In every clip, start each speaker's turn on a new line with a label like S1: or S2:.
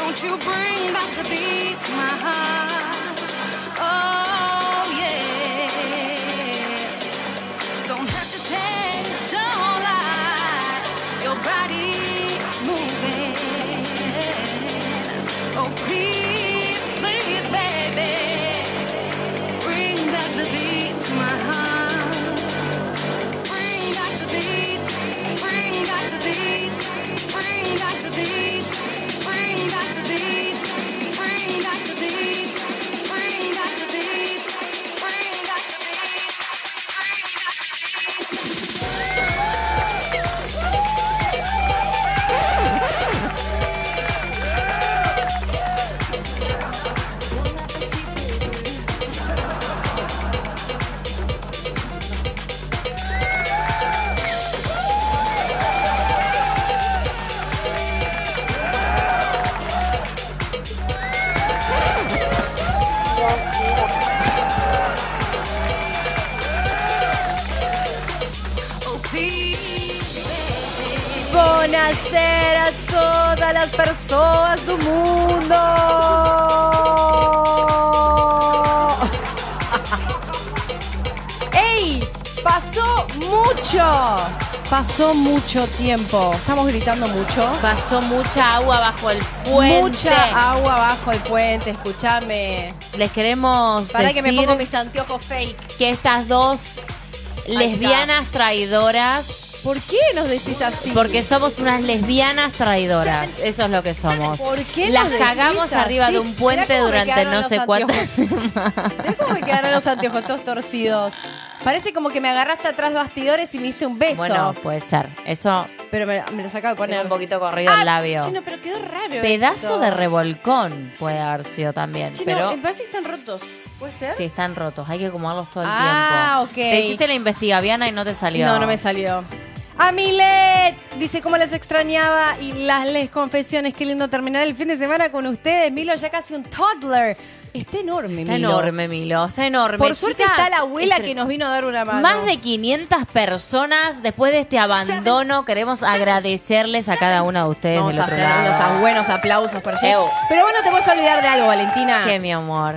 S1: Won't you bring back the beat to my heart? Oh, yeah. Don't hesitate, don't lie. Your body's moving. Oh, please, please, baby. Bring back the beat to my heart. Bring back the beat. Bring back the beat. Bring back the beat. Bring back the beat. Bring back the beat. Bring back the beat. Bring back the beat. Bring back the beat. Oh, please, baby.
S2: Buonasera a todas las personas del mundo. ¡Ey! Pasó mucho. Pasó mucho tiempo. Estamos gritando mucho.
S3: Pasó mucha agua bajo el puente.
S2: Mucha agua bajo el puente. Escúchame.
S3: Les queremos
S2: Para que
S3: decir
S2: me pongo mis anteojos fake.
S3: que estas dos lesbianas traidoras,
S2: ¿Por qué nos decís así?
S3: porque somos unas lesbianas traidoras, eso es lo que somos.
S2: ¿Por qué
S3: Las
S2: nos decís
S3: cagamos
S2: así?
S3: arriba de un puente
S2: Mirá cómo me
S3: durante
S2: quedaron
S3: no
S2: los
S3: sé cuántas
S2: anteojos. Mirá cómo me quedaron los anteojos todos torcidos. Parece como que me agarraste atrás bastidores y me diste un beso.
S3: Bueno, puede ser. Eso
S2: pero me, me los acabo de
S3: pone
S2: poner.
S3: un poquito corrido
S2: Ah,
S3: el labio.
S2: Chino, pero quedó raro.
S3: Pedazo
S2: esto.
S3: de revolcón puede haber sido también,
S2: Chino,
S3: pero
S2: me parece que están rotos. ¿Puede ser?
S3: sí están rotos, hay que acomodarlos todo el
S2: Ah,
S3: tiempo.
S2: ok.
S3: Te hiciste la investigaviana y no te salió.
S2: No, no me salió. Amilet dice cómo les extrañaba y las les confesiones. Qué lindo terminar el fin de semana con ustedes. Milo ya casi un toddler. Está enorme,
S3: Está
S2: Milo.
S3: enorme, Milo. Está enorme.
S2: Por suerte
S3: Chicas,
S2: está la abuela
S3: estre-
S2: que nos vino a dar una mano.
S3: Más de 500 personas después de este abandono. queremos agradecerles a cada una de ustedes
S2: Vamos
S3: del
S2: a
S3: otro
S2: hacer unos
S3: lado.
S2: a- buenos aplausos para allá.
S3: Eu.
S2: Pero bueno, te puedes olvidar de algo, Valentina.
S3: Que mi amor.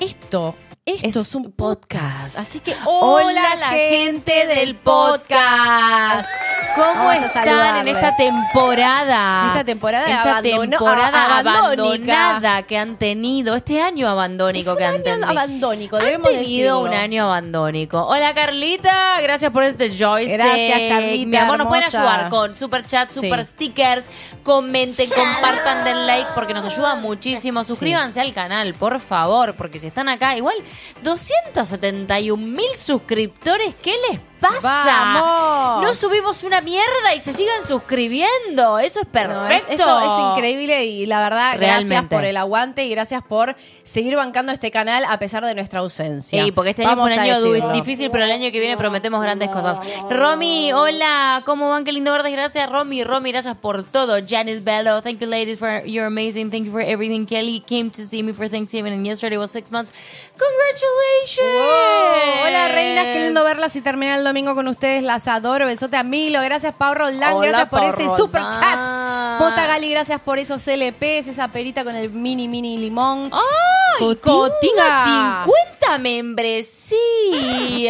S2: Esto, esto es, un podcast. Así que
S3: Hola, la gente del podcast. ¿Cómo
S2: Vamos a
S3: están en
S2: saludarles.
S3: esta temporada?
S2: En esta temporada de
S3: Esta
S2: abandono-
S3: temporada
S2: a- abandónica.
S3: abandonada que han tenido. Este año abandónico
S2: Es un
S3: que han
S2: año
S3: tenido.
S2: abandónico,
S3: Han
S2: debemos
S3: tenido
S2: decirlo.
S3: un año abandónico. Hola Carlita, gracias por este joystick.
S2: Gracias, Carlita,
S3: Mi amor, nos pueden
S2: hermosa.
S3: ayudar con super chat, super
S2: Sí.
S3: stickers. Comenten, compartan, den like porque nos ayuda muchísimo. Suscríbanse al canal, por favor, porque si están acá, igual 271 mil suscriptores, ¿qué les pasa?
S2: ¡Vamos!
S3: No subimos una mierda y se sigan suscribiendo. Eso es perfecto.
S2: No, es- eso es increíble y la verdad, gracias
S3: Realmente.
S2: por el aguante y gracias por seguir bancando este canal a pesar de nuestra ausencia.
S3: Sí, porque este año
S2: Vamos
S3: fue un
S2: a
S3: año
S2: decirlo.
S3: du- difícil, pero el año que viene prometemos grandes cosas. Romy, hola, ¿cómo van? Qué lindo verdes, gracias Romy, Romy, gracias por todo. Janice Bello, thank you ladies for you're amazing, thank you for everything. Kelly came to see me for Thanksgiving and yesterday was six months. Congratulations.
S2: Wow. Hola reinas, qué lindo verlas y terminar el domingo con ustedes. Las adoro. Besote a Milo. Gracias, Pau Roldán.
S3: Hola,
S2: gracias por
S3: Pau
S2: ese
S3: Roldán.
S2: super chat. Bota Gali, gracias por esos LPs, esa perita con el mini, mini limón.
S3: Oh. ¡Ay!
S2: Cotinga.
S3: Cotinga 50 membresías.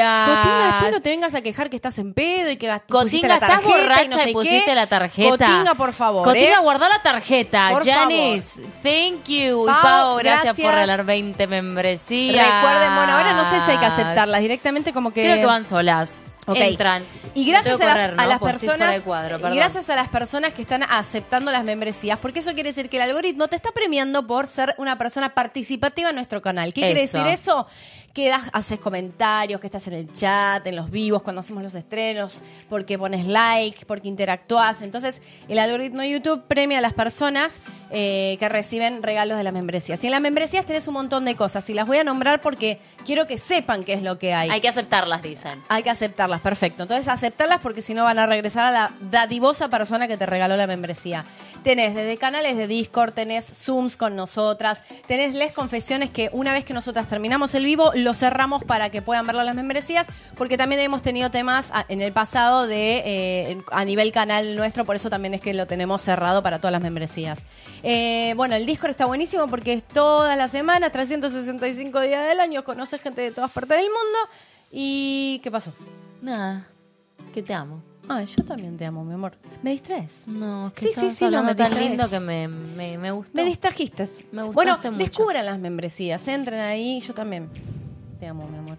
S2: Ah, Cotinga, después no te vengas a quejar que estás en pedo y que gast- pusiste
S3: Cotinga,
S2: la
S3: estás
S2: tarjeta
S3: borracha
S2: y
S3: y,
S2: no sé
S3: pusiste
S2: qué.
S3: la tarjeta.
S2: Cotinga, por favor.
S3: Cotinga,
S2: ¿eh?
S3: guarda la tarjeta.
S2: Por
S3: Janice, thank you.
S2: Pau,
S3: y Pau, gracias,
S2: gracias.
S3: por regalar 20 membresías.
S2: Recuerden, bueno, ahora no sé si hay que aceptarlas directamente como que.
S3: Creo que van solas.
S2: Ok.
S3: Entran.
S2: Y
S3: Me
S2: gracias
S3: tengo que
S2: a, la-
S3: correr, ¿no?
S2: a las
S3: Porque estoy fuera
S2: personas
S3: de cuadro,
S2: y
S3: perdón.
S2: gracias a las personas que están aceptando las membresías, porque eso quiere decir que el algoritmo te está premiando por ser una persona participativa en nuestro canal. ¿Qué quiere
S3: Eso.
S2: decir eso? Que das- haces comentarios, que estás en el chat, en los vivos, cuando hacemos los estrenos, porque pones like, porque interactúas. Entonces, el algoritmo de YouTube premia a las personas eh, que reciben regalos de las membresías. Y en las membresías tenés un montón de cosas, y las voy a nombrar porque quiero que sepan qué es lo que hay.
S3: Hay que aceptarlas, dicen.
S2: Hay que aceptar aceptarlas, perfecto. Entonces, aceptarlas porque si no van a regresar a la dadivosa persona que te regaló la membresía. Tenés desde canales de Discord, tenés Zooms con nosotras, tenés les confesiones que una vez que nosotras terminamos el vivo, lo cerramos para que puedan verlo las membresías, porque también hemos tenido temas a- en el pasado de eh, a nivel canal nuestro, por eso también es que lo tenemos cerrado para todas las membresías. Eh, bueno, el Discord está buenísimo porque es todas las semanas, 365 días del año, conoces gente de todas partes del mundo. ¿Y qué pasó?
S3: Nada. Que te amo.
S2: Ah, yo también te amo, mi amor. ¿Me distraes?
S3: No, es que
S2: Sí, sí,
S3: estabas
S2: sí, no,
S3: hablando
S2: me
S3: tan
S2: distraes.
S3: lindo que me, me, me gustó.
S2: Me distrajiste.
S3: Me gustaste
S2: bueno,
S3: mucho.
S2: descubran las membresías, entren ahí, yo también. Te amo, mi amor.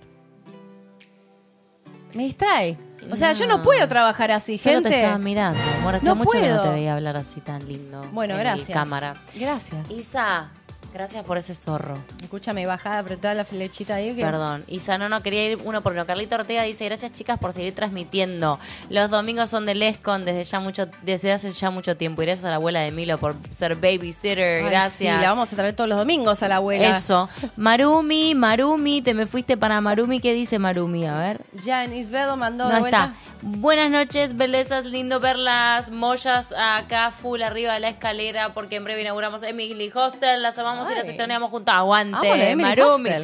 S2: Me distrae. O sea, yo no
S3: No.
S2: puedo trabajar así,
S3: Solo
S2: gente.
S3: te estaba mirando, amor. Hacía
S2: No
S3: mucho que no
S2: puedo.
S3: te veía hablar así tan lindo.
S2: Bueno,
S3: en mi
S2: gracias.
S3: cámara.
S2: Gracias.
S3: Isa, gracias por ese zorro.
S2: Escúchame, bajá, apretá la flechita ahí. que-
S3: Perdón. Isa, no, no, quería ir uno por uno. Carlita Ortega dice, gracias chicas por seguir transmitiendo. Los domingos son de Lescon desde ya mucho, desde hace ya mucho tiempo. Y gracias a la abuela de Milo por ser babysitter.
S2: Ay,
S3: gracias.
S2: Sí, la vamos a traer todos los domingos a la abuela.
S3: Eso. Marumi, Marumi, te me fuiste para Marumi. ¿Qué dice Marumi? A ver.
S2: Janis Bedo mandó de
S3: No está.
S2: vuelta.
S3: Buenas noches, bellezas, lindo verlas, mollas acá full arriba de la escalera porque en breve inauguramos Emily Hostel, las amamos y las
S2: Ay.
S3: extrañamos juntas. Aguante,
S2: Vámonos, Emily
S3: Marumi.
S2: Hostel.
S3: Sí,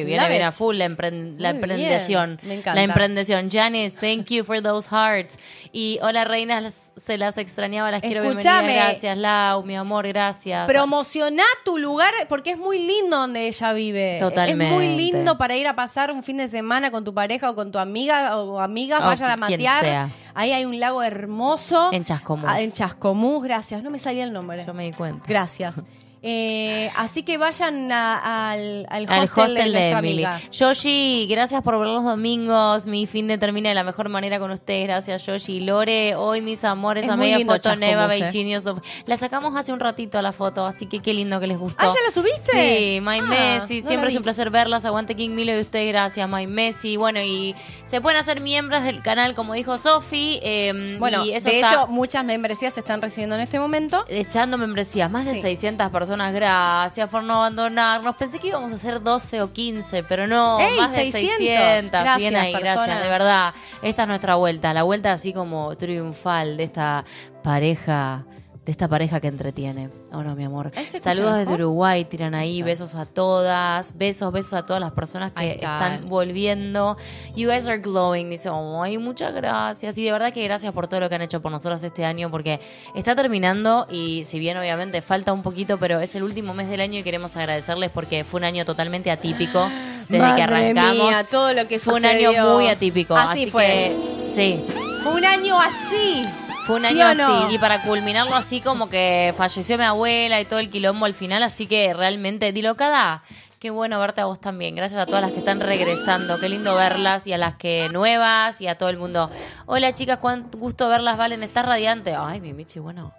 S2: Love
S3: viene bien
S2: it.
S3: a full la, emprendición la
S2: Muy bien,
S3: emprendeción.
S2: me encanta.
S3: La emprendeción. Janice, thank you for those hearts. Y hola, reinas, las- se las extrañaba, las quiero bienvenidas.
S2: Escúchame.
S3: Gracias, Lau, mi amor, gracias.
S2: Promocioná tu lugar porque es muy lindo donde ella vive.
S3: Totalmente.
S2: Es muy lindo para ir a pasar un fin de semana con tu pareja o con tu amiga o amiga,
S3: O
S2: vayan a
S3: quien
S2: matear.
S3: sea.
S2: Ahí hay un lago hermoso.
S3: En Chascomús.
S2: Ah, en Chascomús, gracias. No me salía el nombre.
S3: Yo me di cuenta.
S2: Gracias. Eh, así que vayan a- al, al
S3: al
S2: hostel, de, nuestra
S3: Emily.
S2: amiga.
S3: Yoshi, gracias por ver los domingos. Mi fin de termina de la mejor manera con ustedes. Gracias, Yoshi. Lore, hoy mis amores,
S2: Es
S3: a
S2: muy
S3: media
S2: lindo
S3: foto nueva,
S2: Chascomús, eh.
S3: Beijinhos. La sacamos hace un ratito a la foto, así que qué lindo que les gustó.
S2: Ah, ¿ya la subiste?
S3: Sí, My
S2: Ah,
S3: Messi.
S2: no la
S3: Siempre es
S2: vi.
S3: un placer verlas. Aguante King Milo y ustedes, gracias, My Messi. Bueno, y se pueden hacer miembros del canal, como dijo Sofi. eh,
S2: Bueno,
S3: y eso
S2: de
S3: está-
S2: hecho, muchas membresías se están recibiendo en este momento.
S3: Echando membresías, más de
S2: Sí.
S3: 600 personas, gracias por no abandonarnos. Pensé que íbamos a hacer 12 o 15, pero no,
S2: ¡Ey,
S3: más
S2: 600!
S3: de 600.
S2: Gracias,
S3: Bien ahí, gracias,
S2: personas.
S3: de verdad. Esta es nuestra vuelta, la vuelta así como triunfal de esta pareja, de esta pareja que entretiene. Oh no, mi amor.
S2: Ahí se escucha
S3: Saludos desde
S2: mejor.
S3: Uruguay, tiran ahí, besos a todas, besos, besos a todas las personas que
S2: Ahí está.
S3: están volviendo. You guys are glowing. Dice, ay, muchas gracias. Y de verdad que gracias por todo lo que han hecho por nosotros este año, porque está terminando y si bien obviamente falta un poquito, pero es el último mes del año y queremos agradecerles porque fue un año totalmente atípico desde que
S2: Madre
S3: arrancamos.
S2: mía, todo lo que
S3: fue un
S2: sucedió.
S3: año muy atípico.
S2: Así,
S3: así
S2: fue.
S3: que, sí.
S2: Fue un año así.
S3: Fue un
S2: ¿Sí
S3: año
S2: o no?
S3: así. Y para culminarlo así, como que falleció mi abuela y todo el quilombo al final. Así que realmente, Dilocada, qué bueno verte a vos también. Gracias a todas las que están regresando. Qué lindo verlas y a las que nuevas y a todo el mundo. Hola, chicas, cuán gusto verlas. Valen, estás radiante. Ay, mi Michi, bueno.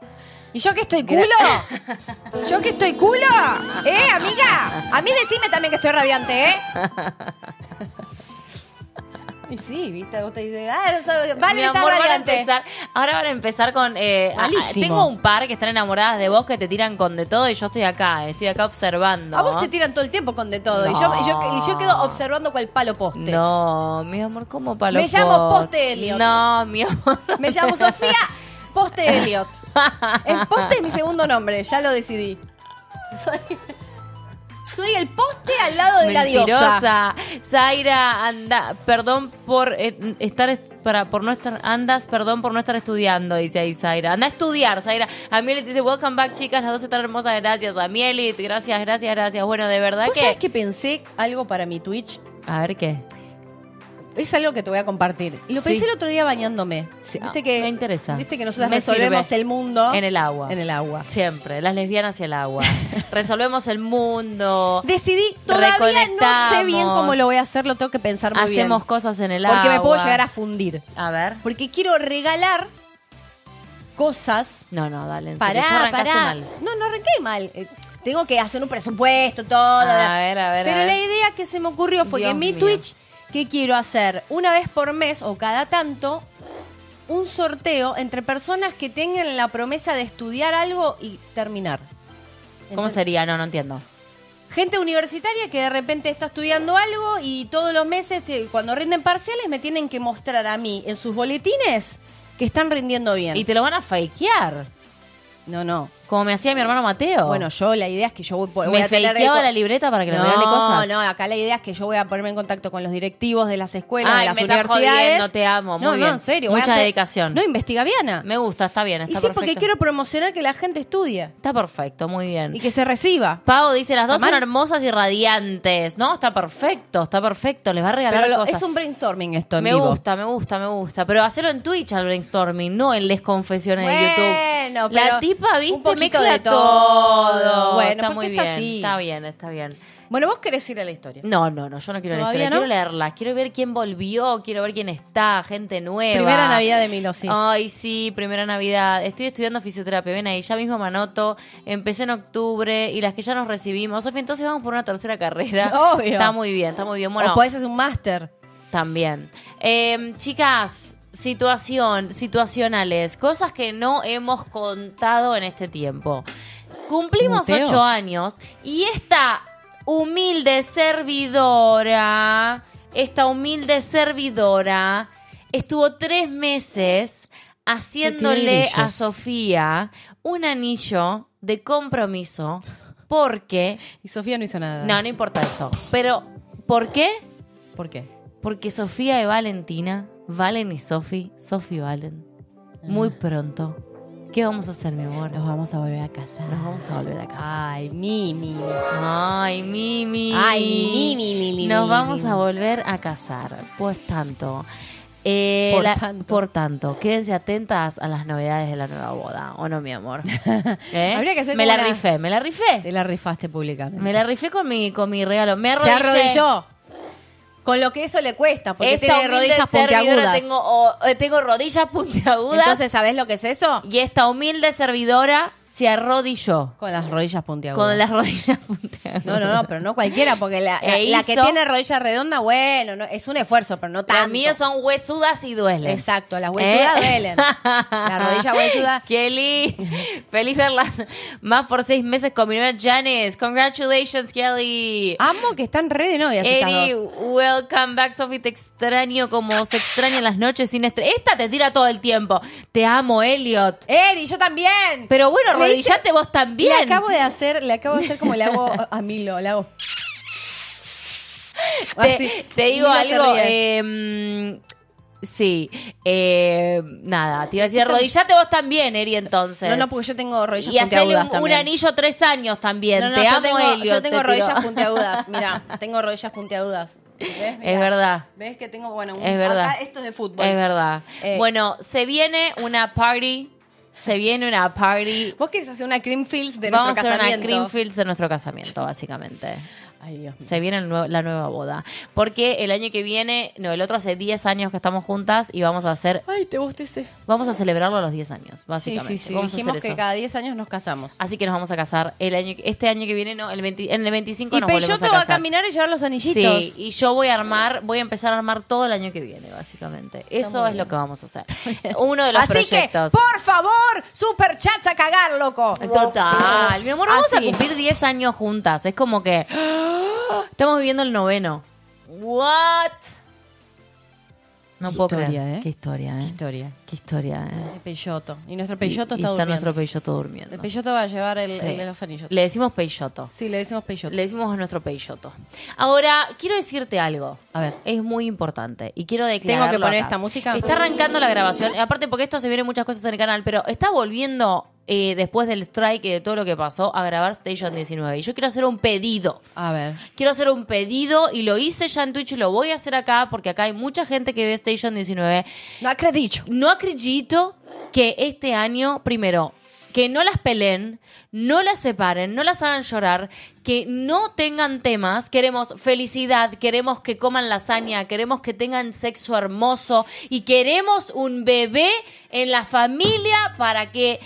S2: ¿Y yo que estoy culo? ¿Yo que estoy culo? ¿Eh, amiga? A mí decime también que estoy radiante, ¿eh? Y sí, viste, vos te dices, ah, eso- vale,
S3: Mi
S2: está
S3: amor, van a
S2: radiante.
S3: empezar- ahora van a empezar con. eh, a- a-
S2: Malísimo.
S3: tengo un par que están enamoradas de vos que te tiran con de todo y yo estoy acá, estoy acá observando.
S2: A vos te tiran todo el tiempo con de todo. Y, yo,
S3: No.
S2: y yo- y yo quedo observando cual palo poste.
S3: No, mi amor, ¿cómo palo
S2: Me llamo
S3: pot?
S2: poste, Elliot.
S3: No, mi amor.
S2: Me llamo Sofía Poste Elliot. El poste es mi segundo nombre, ya lo decidí. Soy, soy el poste al lado de la diosa.
S3: Mentirosa. Zaira, anda, perdón por eh, estar est- para por no estar andas, perdón por no estar estudiando, dice ahí Zaira. Anda a estudiar, Zaira. Amielit dice, "Welcome back, chicas, las dos están hermosas, gracias." Amielit, gracias, gracias, gracias. Bueno, de verdad
S2: ¿Vos
S3: que
S2: sabés que pensé algo para mi Twitch?
S3: A ver qué.
S2: Es algo que te voy a compartir. Y lo
S3: Sí.
S2: pensé el otro día bañándome.
S3: Sí,
S2: Viste
S3: ah,
S2: que,
S3: me interesa.
S2: Viste que nosotros
S3: Me
S2: resolvemos
S3: sirve.
S2: el mundo
S3: En el agua.
S2: en el agua.
S3: Siempre, las lesbianas y el agua. Resolvemos el mundo.
S2: Decidí, todavía no sé bien
S3: Reconectamos.
S2: cómo lo voy a hacer, lo tengo que pensar muy bien.
S3: Hacemos cosas en el agua.
S2: Porque me puedo llegar a fundir.
S3: A ver.
S2: Porque quiero regalar cosas
S3: No, no, dale. En serio,
S2: Pará,
S3: ya arrancaste
S2: pará.
S3: mal.
S2: No, no arranqué mal. Eh, tengo que hacer un presupuesto, todo.
S3: A ver, a ver,
S2: Pero
S3: a ver.
S2: la idea que se me ocurrió fue
S3: Dios
S2: que en mi
S3: mío.
S2: Twitch, que quiero hacer una vez por mes o cada tanto, un sorteo entre personas que tengan la promesa de estudiar algo y terminar.
S3: ¿Cómo
S2: Entonces,
S3: sería? No, no entiendo.
S2: Gente universitaria que de repente está estudiando algo y todos los meses, te- cuando rinden parciales, me tienen que mostrar a mí en sus boletines que están rindiendo bien.
S3: Y te lo van a fakear.
S2: No, no.
S3: Como me hacía mi hermano Mateo.
S2: Bueno, yo la idea es que yo voy, voy
S3: Oh. me
S2: a tener...
S3: fakeaba
S2: eco-
S3: la libreta para que le
S2: no,
S3: regale cosas.
S2: No, acá la idea es que yo voy a ponerme en contacto con los directivos de las escuelas,
S3: Ay,
S2: de las
S3: me estás
S2: universidades.
S3: jodiendo, te amo,
S2: No,
S3: muy
S2: no,
S3: bien.
S2: en serio. voy a
S3: Mucha
S2: hacer-
S3: dedicación.
S2: No, investiga Viana.
S3: Me gusta, está bien.
S2: y
S3: Está
S2: sí, porque
S3: perfecto.
S2: quiero promocionar que la gente estudie
S3: Está perfecto, muy bien.
S2: y que se reciba.
S3: Pau dice, las dos
S2: ¿Está mal?
S3: son hermosas y radiantes. No, está perfecto, está perfecto. Les va a regalar
S2: Pero lo-
S3: cosas.
S2: es un brainstorming esto en
S3: me
S2: vivo.
S3: gusta, me gusta, me gusta. Pero hacerlo en Twitch al brainstorming, no en Les Confesiones de
S2: Bueno,
S3: YouTube. La
S2: pero
S3: tipa,
S2: un
S3: viste,
S2: poquito
S3: mezcla
S2: de
S3: todo.
S2: todo. Bueno,
S3: está
S2: porque
S3: muy
S2: es
S3: bien.
S2: así.
S3: Está bien, está bien.
S2: Bueno, vos querés ir a la historia.
S3: No, no, no, yo no quiero la
S2: ¿Todavía
S3: historia,
S2: no?
S3: quiero leerla. Quiero ver quién volvió, quiero ver quién está, gente nueva.
S2: Primera Navidad de Milo, sí.
S3: Ay, sí, primera Navidad. Estoy estudiando fisioterapia. Ven ahí, ya mismo manoto. Empecé en octubre y las que ya nos recibimos. Sofía, entonces vamos por una tercera carrera.
S2: Obvio.
S3: Está muy bien, está muy bien. Bueno,
S2: o podés hacer un máster.
S3: también. Eh, chicas, situación, situacionales, cosas que no hemos contado en este tiempo. Cumplimos
S2: Muteo.
S3: ocho años y esta humilde servidora, esta humilde servidora, estuvo tres meses haciéndole a
S2: tigrillos.
S3: Sofía un anillo de compromiso porque...
S2: Y Sofía no hizo nada.
S3: No, no importa eso. Pero, ¿por qué?
S2: ¿Por qué?
S3: Porque Sofía y Valentina, Valen y Sofi, Sofi y Valen, muy pronto. ¿Qué vamos a hacer, mi amor?
S2: Ah. Nos vamos a volver a casa.
S3: Nos vamos a volver a casa.
S2: Ay, Mimi.
S3: Ay, Mimi.
S2: Ay, Mimi, Mimi, Mimi.
S3: Nos vamos a volver a casar. Pues tanto. eh,
S2: Por tanto.
S3: por tanto, quédense atentas a las novedades de la nueva boda, ¿o no, mi amor? ¿Eh?
S2: Habría que hacer
S3: Me
S2: como
S3: la
S2: una-
S3: rifé, me la
S2: Te
S3: rifé.
S2: la rifaste públicamente.
S3: Me la rifé con mi, con mi regalo. Me
S2: Se
S3: arrodillé.
S2: arrodilló. Con lo que eso le cuesta, porque
S3: Esta
S2: tiene
S3: humilde
S2: rodillas
S3: servidora
S2: puntiagudas.
S3: Tengo, o- eh, tengo rodillas puntiagudas.
S2: Entonces, ¿sabés lo que es eso?
S3: y esta humilde servidora se arrodilló
S2: Con las rodillas puntiagudas.
S3: con las rodillas puntiagudas.
S2: No, no, no, pero no cualquiera, porque la, la-
S3: E
S2: la que
S3: hizo-
S2: tiene rodilla redonda, bueno, no- es un esfuerzo, pero no tanto.
S3: Las mías son huesudas y duelen.
S2: Exacto, las huesudas
S3: ¿Eh?
S2: duelen. La rodilla huesuda.
S3: Kelly, feliz verlas más por seis meses con mi nueva Janice. Congratulations, Kelly.
S2: Amo que están re de novias estas
S3: Eri,
S2: dos.
S3: welcome back, Sofi. Te extraño como se extrañan las noches sin estrella. Esta te tira todo el tiempo. Te amo, Elliot.
S2: Eri, yo también.
S3: Pero bueno,
S2: Eh, Le hice-
S3: arrodillate vos también.
S2: Le acabo de hacer, le acabo de hacer como le hago a Milo, le hago.
S3: te,
S2: Así.
S3: te digo
S2: Milo Ah, se
S3: algo.
S2: ríe.
S3: eh, mm, sí. eh, nada, te iba a decir, arrodillate vos también, Eri, entonces.
S2: no, no, porque yo tengo rodillas
S3: y hacerle
S2: puntiagudas
S3: un, un
S2: también.
S3: anillo tres años también.
S2: No, no,
S3: te
S2: yo
S3: amo,
S2: tengo,
S3: Elliot,
S2: yo tengo
S3: te
S2: rodillas
S3: tiro.
S2: puntiagudas. Mira, tengo rodillas puntiagudas. ¿Ves? Mirá.
S3: Es verdad.
S2: ¿Ves que tengo, bueno, un-
S3: Es verdad.
S2: acá esto es de fútbol.
S3: Es verdad.
S2: Eh.
S3: Bueno, se viene una party. Se viene una party.
S2: Vos querés hacer una Creamfields de
S3: Vamos a
S2: nuestro
S3: hacer una
S2: casamiento.
S3: Greenfields de nuestro casamiento, básicamente.
S2: Ay, Dios mío.
S3: Se viene el nue- la nueva boda. Porque el año que viene, no, el otro hace 10 años que estamos juntas y vamos a hacer
S2: Ay, te gusta ese.
S3: Vamos a celebrarlo a los 10 años,
S2: Sí, sí,
S3: básicamente.
S2: sí.
S3: Vamos a
S2: Dijimos
S3: hacer
S2: que
S3: eso.
S2: cada 10 años nos casamos.
S3: Así que nos vamos a casar el año, este año que viene, no, el 20 en el 25
S2: Y
S3: nos volvemos
S2: Peyoto
S3: a
S2: va a
S3: casar.
S2: caminar y llevar los anillitos.
S3: Sí, y yo voy a armar, voy a empezar a armar todo el año que viene, básicamente. Eso es lo que vamos a hacer. Uno de los
S2: Así
S3: proyectos.
S2: que, por favor, superchats a cagar, loco.
S3: Total, mi amor, vamos
S2: Así.
S3: a cumplir 10 años juntas. Es como que ¡Ah! estamos viviendo el noveno. What? No
S2: Qué
S3: puedo
S2: historia,
S3: creer.
S2: ¿eh?
S3: Qué historia, eh.
S2: Qué historia.
S3: Qué historia, eh.
S2: De Peyoto. Y nuestro Peyoto
S3: Y- y
S2: está durmiendo.
S3: nuestro peyoto durmiendo.
S2: El Peyoto va a llevar el,
S3: Sí.
S2: el de los anillos.
S3: Le decimos peyoto.
S2: Sí, le decimos Peyoto.
S3: Le decimos a nuestro peyoto. Ahora, quiero decirte algo.
S2: A ver.
S3: Es muy importante y quiero declararlo
S2: ¿Tengo que poner
S3: acá.
S2: esta música?
S3: Está arrancando la grabación. Aparte, porque esto se vienen muchas cosas en el canal, pero está volviendo eh, después del strike y de todo lo que pasó a grabar Station 19. Y yo quiero hacer un pedido.
S2: A ver.
S3: Quiero hacer un pedido y lo hice ya en Twitch y lo voy a hacer acá porque acá hay mucha gente que ve Station 19.
S2: No acredito.
S3: No acredito que este año, primero, que no las peleen, no las separen, no las hagan llorar, que no tengan temas. Queremos felicidad, queremos que coman lasaña, queremos que tengan sexo hermoso y queremos un bebé en la familia para que,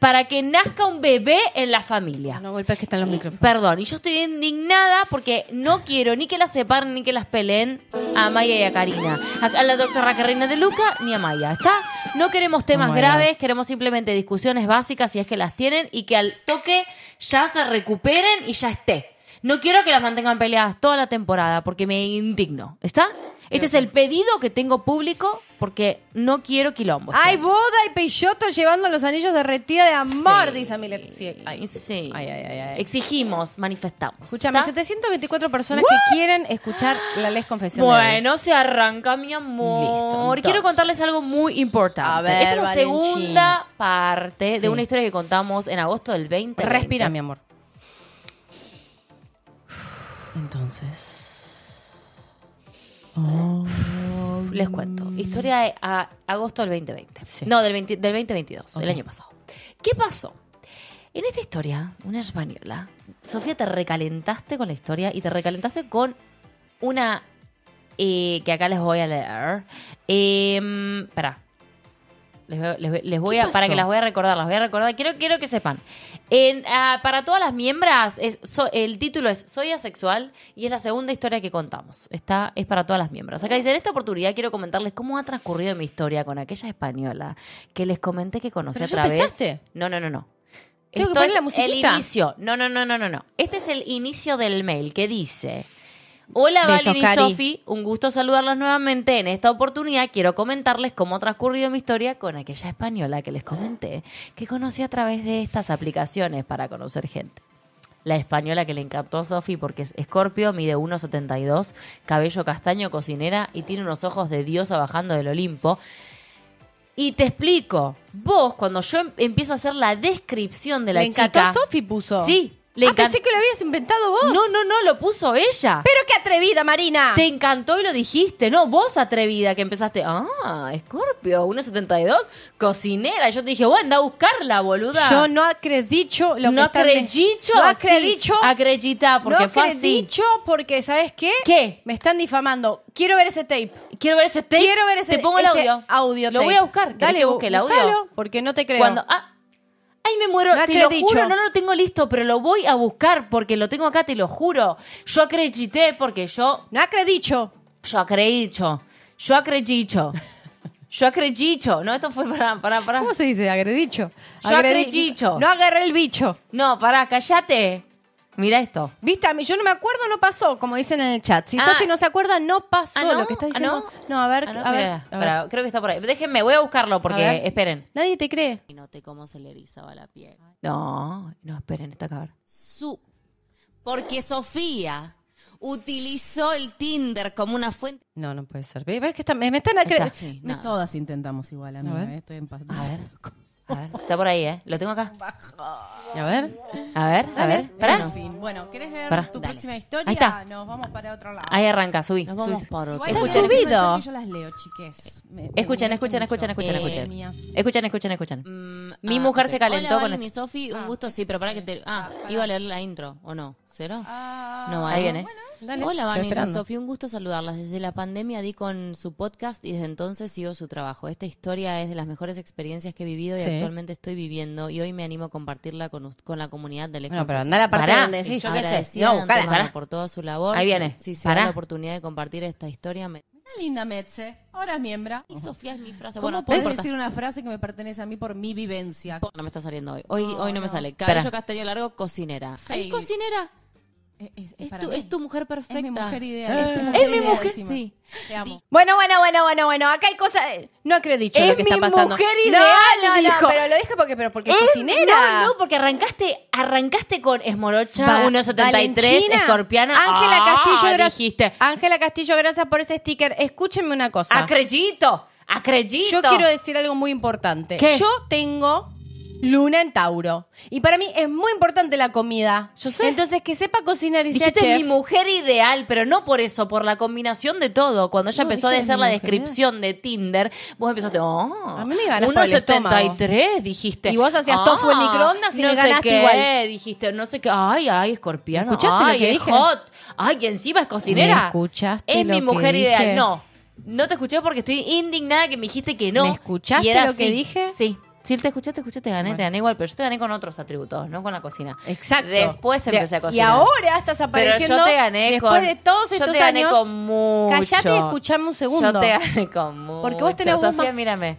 S3: para que nazca un bebé en la familia.
S2: No golpes que están los micrófonos.
S3: Perdón, y yo estoy indignada porque no quiero ni que las separen ni que las peleen a Maya y a Karina. A, a la doctora Karina de Luca ni a Maya. ¿Está? No queremos temas
S2: Oh my
S3: graves, queremos simplemente discusiones básicas si es que las tienen y que al toque ya se recuperen y ya esté. No quiero que las mantengan peleadas toda la temporada porque me indigno. ¿Está? Este es el pedido que tengo público porque no quiero quilombo.
S2: Hay boda y Peixoto llevando los anillos de retira de amor, dice Amilet. Sí, ay.
S3: Sí.
S2: Ay, ay, ay, ay.
S3: Exigimos, manifestamos.
S2: Escúchame,
S3: ¿Está?
S2: 724 personas que quieren escuchar la Les Confesión. de hoy.
S3: Bueno, se arranca, mi
S2: Listo,
S3: amor.
S2: entonces.
S3: Quiero contarles algo muy importante.
S2: A ver,
S3: Esta es la
S2: Valentín.
S3: segunda parte
S2: Sí.
S3: de una historia que contamos en agosto del 20.
S2: Respira, mi amor. Entonces. Oh.
S3: Les cuento. Historia de a- agosto del 2020.
S2: Mm. Sí.
S3: No, del, 20 del 2022,
S2: Ok.
S3: el año pasado. ¿Qué pasó? En esta historia, una española, Sofía, te recalentaste con la historia y te recalentaste con una eh, que acá les voy a leer. Eh, pará. Les, voy- les voy- les voy
S2: ¿Qué
S3: a, para
S2: pasó?
S3: que las voy a recordar, las voy a recordar. Quiero, quiero que sepan. En, ah, para todas las miembros, es, so- el título es Soy asexual y es la segunda historia que contamos. Está, es para todas las miembros. Acá dice, en esta oportunidad quiero comentarles cómo ha transcurrido mi historia con aquella española que les comenté que conocí
S2: Pero
S3: a
S2: ya
S3: través.
S2: empezaste.
S3: No, no, no, no.
S2: Tengo que
S3: Esto
S2: poner
S3: es
S2: la
S3: El
S2: musiquita.
S3: inicio. No, no, no, no, no, no. Este es el inicio del mail que dice. Hola
S2: Besos,
S3: Valen y
S2: Cari.
S3: Sofi, un gusto saludarlas nuevamente. En esta oportunidad quiero comentarles cómo ha transcurrido mi historia con aquella española que les comenté, que conocí a través de estas aplicaciones para conocer gente. La española que le encantó a Sofi porque es escorpio, mide 1,72, cabello castaño, cocinera y tiene unos ojos de diosa bajando del Olimpo. Y te explico, vos cuando yo em- empiezo a hacer la descripción de la
S2: Le encantó
S3: chica...
S2: a Sofi puso.
S3: Sí, le
S2: ah,
S3: encantó.
S2: pensé que lo habías inventado vos.
S3: No, no, no, lo puso ella.
S2: Pero qué atrevida, Marina.
S3: Te encantó y lo dijiste, ¿no? Vos atrevida que empezaste, ah, Scorpio, 1.72, cocinera. Y yo te dije, bueno, anda a buscarla, boluda.
S2: Yo no acredito lo que
S3: no
S2: están-
S3: acredito.
S2: No
S3: sí,
S2: acredito.
S3: acredita, porque
S2: no
S3: fue así.
S2: acredito porque, ¿sabes qué?
S3: ¿Qué?
S2: Me están difamando. Quiero ver ese tape.
S3: Quiero ver ese tape.
S2: Quiero ver ese
S3: Te pongo el
S2: ese
S3: audio.
S2: audio
S3: Lo
S2: tape.
S3: voy a buscar. ¿Querés
S2: Dale,
S3: que busque el audio?
S2: búscalo, porque no te creo.
S3: Cuando, ah, ay, me muero.
S2: No
S3: te lo
S2: acredito.
S3: juro, no, no lo tengo listo, pero lo voy a buscar porque lo tengo acá, te lo juro. Yo acredité porque yo
S2: No acredito.
S3: Yo acredito. Yo acredito. Yo acredito. No, esto fue para, para, para.
S2: ¿Cómo se dice? Agredicho.
S3: Yo
S2: Agredi-
S3: acredito.
S2: No agarré el bicho.
S3: No, para, cállate. Mira esto.
S2: Viste, a mí yo no me acuerdo, no pasó, como dicen en el chat. Si
S3: Ah.
S2: Sofi no se acuerda, no pasó
S3: Ah, ¿no?
S2: lo que está
S3: Ah,
S2: diciendo.
S3: ¿no?
S2: a ver,
S3: Ah, no,
S2: a ver.
S3: mira,
S2: a ver.
S3: pará, creo que está por ahí. Déjenme, voy a buscarlo
S2: A
S3: porque
S2: ver.
S3: esperen.
S2: Nadie te cree.
S3: Y noté cómo se le erizaba la piel. No, no, esperen, está acá.
S4: su. Porque Sofía utilizó el Tinder como una fuente.
S2: No, no puede ser. Ve- ¿Ves que está- me, me están acre-
S3: Está.
S1: No
S3: Nada.
S1: todas intentamos igual, amiga.
S2: ver.
S1: eh, Estoy en paz.
S3: A ver. A ver, está por ahí, ¿eh? Lo tengo acá.
S2: A ver.
S3: A ver, a ver. Pará.
S1: En fin. Bueno, ¿querés leer
S3: Pará.
S1: tu
S3: Dale.
S1: próxima historia?
S3: Ahí está.
S1: Nos vamos para otro lado.
S3: Ahí arranca, subí.
S4: Nos vamos
S3: subí.
S4: por otro
S1: Igual
S3: Escuchen.
S1: las últimas
S2: Subido.
S1: chat que Yo las leo, chiques. Me- me
S3: Escuchen,
S1: gustan
S3: escuchen,
S1: mucho.
S3: escuchen, escuchen,
S1: Eh,
S3: escuchen.
S1: mías.
S3: Escuchen, escuchen, escuchen.
S4: Mm,
S3: Mi
S4: ah,
S3: mujer
S4: ok.
S3: se calentó
S4: Hola,
S3: con
S4: Valen
S3: esto.
S4: y Sofi, un
S1: Ah,
S4: gusto, sí, pero para que te... Ah, iba a leer la intro, ¿o no? ¿Cero?
S1: Ah,
S4: No,
S3: Ahí viene.
S2: Dale,
S4: Hola,
S2: estoy
S4: Vanina,
S2: esperando.
S4: Sofía, un gusto saludarlas. Desde la pandemia di con su podcast y desde entonces sigo su trabajo. Esta historia es de las mejores experiencias que he vivido y
S2: Sí.
S4: actualmente estoy viviendo y hoy me animo a compartirla con, us- con la comunidad del
S2: Bueno, pero andá a la parte
S3: Pará,
S2: donde
S3: yo
S2: decís.
S3: qué sé.
S4: Agradecida
S2: No,
S4: de
S2: buscala,
S4: antemano
S3: pará.
S4: por toda su labor.
S3: Ahí viene.
S4: Si se
S3: Pará.
S4: da la oportunidad de compartir esta historia, me...
S1: Una linda Metze. Ahora es miembra.
S4: Y Sofía es mi frase.
S1: ¿Cómo
S4: Bueno,
S1: podés
S4: no importa.
S1: decir una frase que me pertenece a mí por mi vivencia?
S4: No me está saliendo hoy. Hoy, hoy no, me sale.
S3: Espera.
S4: Cabello castaño largo, cocinera.
S1: Sí.
S4: ¿Es cocinera?
S1: Es, es- es
S4: Es
S1: para
S4: tu,
S1: mí.
S4: es tu mujer perfecta.
S1: Es mi mujer ideal. Es, tu
S4: Es mi
S1: ideal,
S4: mujer,
S1: encima.
S4: sí.
S1: Te amo.
S2: Bueno, bueno, bueno, bueno, bueno. Acá hay cosas. eh, No acredito
S3: Es
S2: lo que está
S3: mi
S2: pasando.
S3: mujer
S2: No,
S3: ideal,
S2: no, no,
S3: dijo.
S2: pero lo deja porque, pero porque es
S3: Es-
S2: cocinera.
S3: Eh, No, no, porque arrancaste, arrancaste con
S2: Va-
S3: Esmorocha 173,
S2: Valentina,
S3: Escorpiana.
S2: Ángela
S3: Ah,
S2: Castillo, gracias.
S3: dijiste.
S2: Ángela Castillo, gracias por ese sticker. Escúchenme una cosa.
S3: Acredito,
S2: Yo
S3: acredito.
S2: quiero decir algo muy importante.
S3: ¿Qué?
S2: Yo tengo luna en Tauro. Y para mí es muy importante la comida.
S3: Yo sé.
S2: Entonces, que sepa cocinar y sea
S3: Dijiste
S2: chef.
S3: mi mujer ideal, pero no por eso, por la combinación de todo. Cuando ella
S2: No,
S3: empezó a
S2: dije
S3: hacer
S2: mi
S3: la
S2: mujer
S3: descripción de Tinder, vos empezaste, oh,
S2: A mí me ganas por el
S3: dijiste. "Ah,
S2: Y vos hacías tofu en microondas y
S3: no
S2: me
S3: sé
S2: ganaste
S3: qué,
S2: igual.
S3: dijiste, no sé qué, ay, ay, escorpiano,
S2: ¿Escuchaste lo
S3: ay,
S2: que
S3: es
S2: dije?
S3: hot, ay, y encima es cocinera.
S2: ¿Me escuchaste
S3: Es
S2: lo
S3: mi
S2: que
S3: mujer
S2: dije?
S3: ideal, no. No te escuché porque estoy indignada que me dijiste que no.
S2: ¿Me escuchaste
S3: Y era
S2: lo que
S3: sí.
S2: dije?
S3: Sí. Si te escuchaste, escuché, te gané, te gané igual, pero yo te gané con otros atributos, no con la cocina.
S2: Exacto.
S3: Después
S2: De-
S3: empecé a
S2: Y
S3: cocinar.
S2: ahora estás apareciendo.
S3: Pero yo te gané
S2: después
S3: con-
S2: de todos
S3: yo
S2: estos
S3: te gané
S2: años.
S3: con mucho.
S2: Callate y escuchame un segundo.
S3: Yo te gané con mucho.
S2: Porque vos tenés
S3: Sofía,
S2: un ma-
S3: mírame.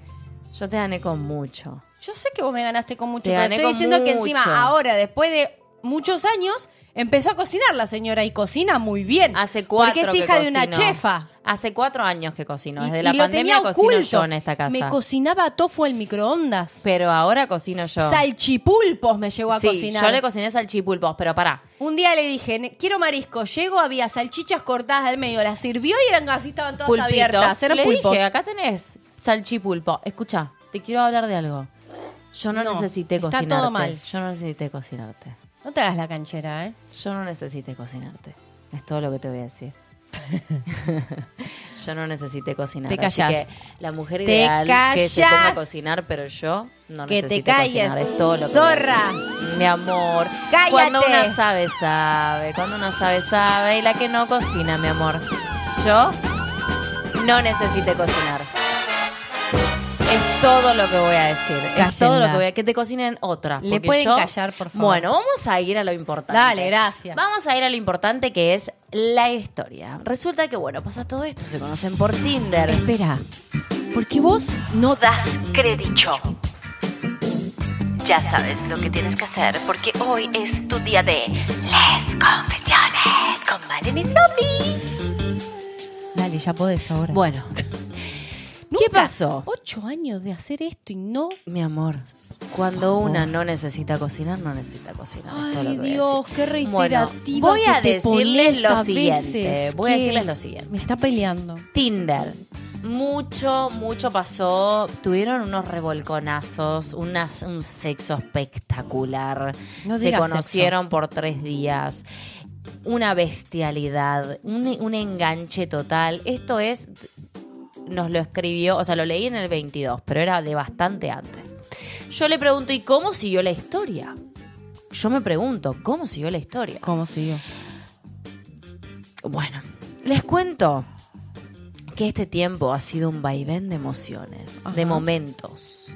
S3: Yo te gané con mucho.
S2: Yo sé que vos me ganaste con mucho,
S3: Te
S2: pero
S3: gané
S2: estoy
S3: con
S2: diciendo que encima
S3: mucho.
S2: ahora, después de muchos años, Empezó a cocinar la señora y cocina muy bien.
S3: Hace cuatro
S2: Porque es
S3: que
S2: hija de una
S3: cocino.
S2: chefa.
S3: Hace cuatro años que cocino.
S2: Y-
S3: Desde
S2: y
S3: la
S2: lo tenía
S3: pandemia cocino
S2: oculto.
S3: yo en esta casa.
S2: Me cocinaba tofu en microondas.
S3: pero ahora cocino yo.
S2: Salchipulpos me llegó a
S3: sí,
S2: cocinar.
S3: yo le cociné salchipulpos, pero pará.
S2: Un día le dije, "Ne- quiero marisco. Llego, había salchichas cortadas al medio. Las sirvió y eran así, estaban todas
S3: Pulpitos.
S2: abiertas. Eran
S3: le
S2: pulpos.
S3: dije, acá tenés salchipulpo. Escucha, te quiero hablar de algo. Yo no,
S2: No,
S3: necesité
S2: está
S3: cocinarte.
S2: todo mal.
S3: Yo no necesité cocinarte.
S2: No te hagas la canchera, ¿eh?
S3: Yo no necesité cocinarte. Es todo lo que te voy a decir. yo no necesité cocinar.
S2: Te
S3: así
S2: callás.
S3: que la mujer
S2: Te
S3: ideal que se
S2: callás.
S3: ponga a cocinar, pero yo no
S2: Que te
S3: necesité
S2: calles,
S3: cocinar. Es todo lo que voy a decir.
S2: zorra.
S3: Mi amor.
S2: Cállate.
S3: Cuando una sabe, sabe. Cuando una sabe, sabe. Y la que no cocina, mi amor. Yo no necesité cocinar. Es todo lo que voy a decir. Es todo lo
S2: Cállenla.
S3: que voy a Que te cocinen otra.
S2: Le
S3: porque
S2: pueden
S3: yo-
S2: callar, por favor.
S3: Bueno, vamos a ir a lo importante.
S2: Dale, gracias.
S3: Vamos a ir a lo importante que es la historia. Resulta que, bueno, pasa todo esto. Se conocen por Tinder.
S2: Espera, porque vos no das
S5: Credicho. Ya sabes lo que tienes que hacer porque hoy es tu día de Les Confesiones con Valen y Sofi.
S2: Dale, ya podés ahora.
S3: Bueno. ¿Qué pasó?
S2: Ocho años de hacer esto y no.
S3: Mi amor, cuando una no necesita cocinar, no necesita cocinar. es todo lo
S2: Ay,
S3: que voy a
S2: Dios,
S3: decir.
S2: qué
S3: Bueno,
S2: reiterativa.
S3: voy a
S2: que te
S3: decirles
S2: pones
S3: lo
S2: a
S3: siguiente.
S2: veces,
S3: Voy a
S2: que
S3: decirles lo siguiente.
S2: Me está peleando.
S3: Tinder. Mucho, mucho pasó. Tuvieron unos revolconazos, unas- un sexo espectacular.
S2: No
S3: Se
S2: digas
S3: conocieron por tres días. Una bestialidad, un, un enganche total. Esto es, nos lo escribió, o sea, lo leí en el 22, pero era de bastante antes. Yo le pregunto, ¿y cómo siguió la historia? Yo me pregunto, ¿cómo siguió la historia?
S2: ¿Cómo siguió?
S3: Bueno, les cuento que este tiempo ha sido un vaivén de emociones, de momentos.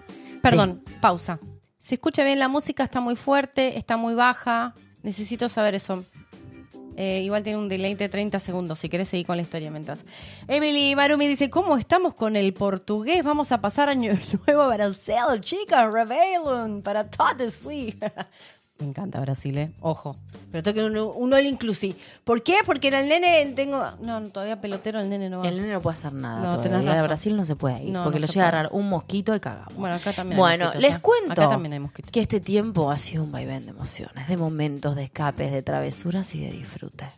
S2: Perdón, pausa. Se escucha bien la música, está muy fuerte, está muy baja. Necesito saber eso. Eh, igual tiene un delay de 30 segundos, si querés seguir con la historia mientras. Emily Marumi dice, ¿cómo estamos con el portugués? Vamos a pasar año nuevo a Brasil, chicas, revelun, para todos, fui. Me encanta Brasil, ¿eh? Ojo. Pero tengo que un, un all inclusive. ¿Por qué? Porque en el nene tengo... No, todavía pelotero el nene no va.
S3: El nene no puede hacer nada.
S2: No,
S3: todavía.
S2: tenés
S3: A
S2: razón.
S3: Brasil no se puede ir
S2: No,
S3: porque
S2: no
S3: lo
S2: se
S3: llega a
S2: puede.
S3: agarrar un mosquito y cagamos.
S2: Bueno, acá también hay
S3: Bueno,
S2: mosquitos,
S3: les
S2: ¿eh?
S3: cuento
S2: Acá también hay mosquitos.
S3: que este tiempo ha sido un vaivén de emociones, de momentos, de escapes, de travesuras y de disfrute.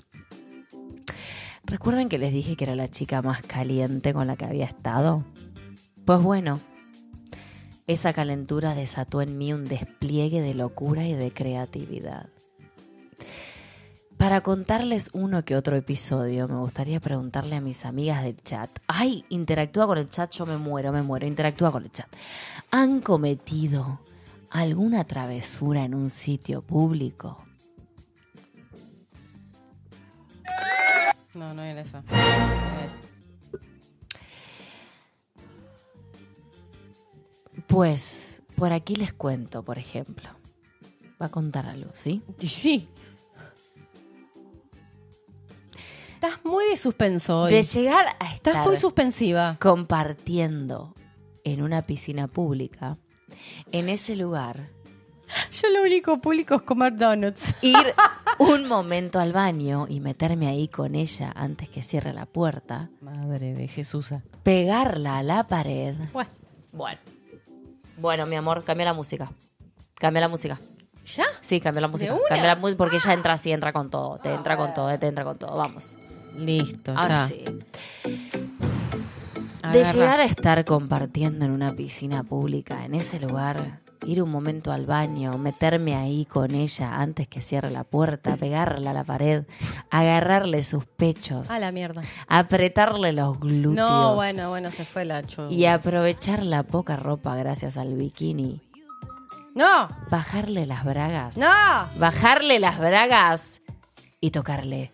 S3: ¿Recuerdan que les dije que era la chica más caliente con la que había estado? Pues bueno, esa calentura desató en mí un despliegue de locura y de creatividad. Para contarles uno que otro episodio, me gustaría preguntarle a mis amigas del chat. Ay, interactúa con el chat, yo me muero, me muero, interactúa con el chat. ¿Han cometido alguna travesura en un sitio público?
S2: No, no era esa. No era esa.
S3: Pues por aquí les cuento, por ejemplo. Va a contar algo, ¿sí?
S2: Y Sí. Estás muy de suspenso hoy.
S3: De llegar a estar
S2: Estás muy suspensiva.
S3: compartiendo en una piscina pública, en ese lugar,
S2: Yo lo único público es comer donuts.
S3: ir un momento al baño y meterme ahí con ella antes que cierre la puerta,
S2: Madre de Jesús.
S3: pegarla a la pared.
S2: Bueno,
S3: Bueno. Bueno, mi amor, cambia la música. Cambia la música.
S2: ¿ya?
S3: Sí, cambia la música.
S2: una?
S3: Cambia la música porque ella entra así, entra con todo. Te entra con todo, te entra con todo. Vamos.
S2: Listo, ya.
S3: Ahora sí. De
S2: Agarra.
S3: llegar a estar compartiendo en una piscina pública, en ese lugar, ir un momento al baño, meterme ahí con ella antes que cierre la puerta, pegarla a la pared, agarrarle sus pechos.
S2: A la mierda.
S3: Apretarle los glúteos.
S2: No, bueno, bueno, se fue la chu.
S3: Y aprovechar la poca ropa gracias al bikini.
S2: ¡No!
S3: Bajarle las bragas.
S2: ¡No!
S3: Bajarle las bragas y tocarle.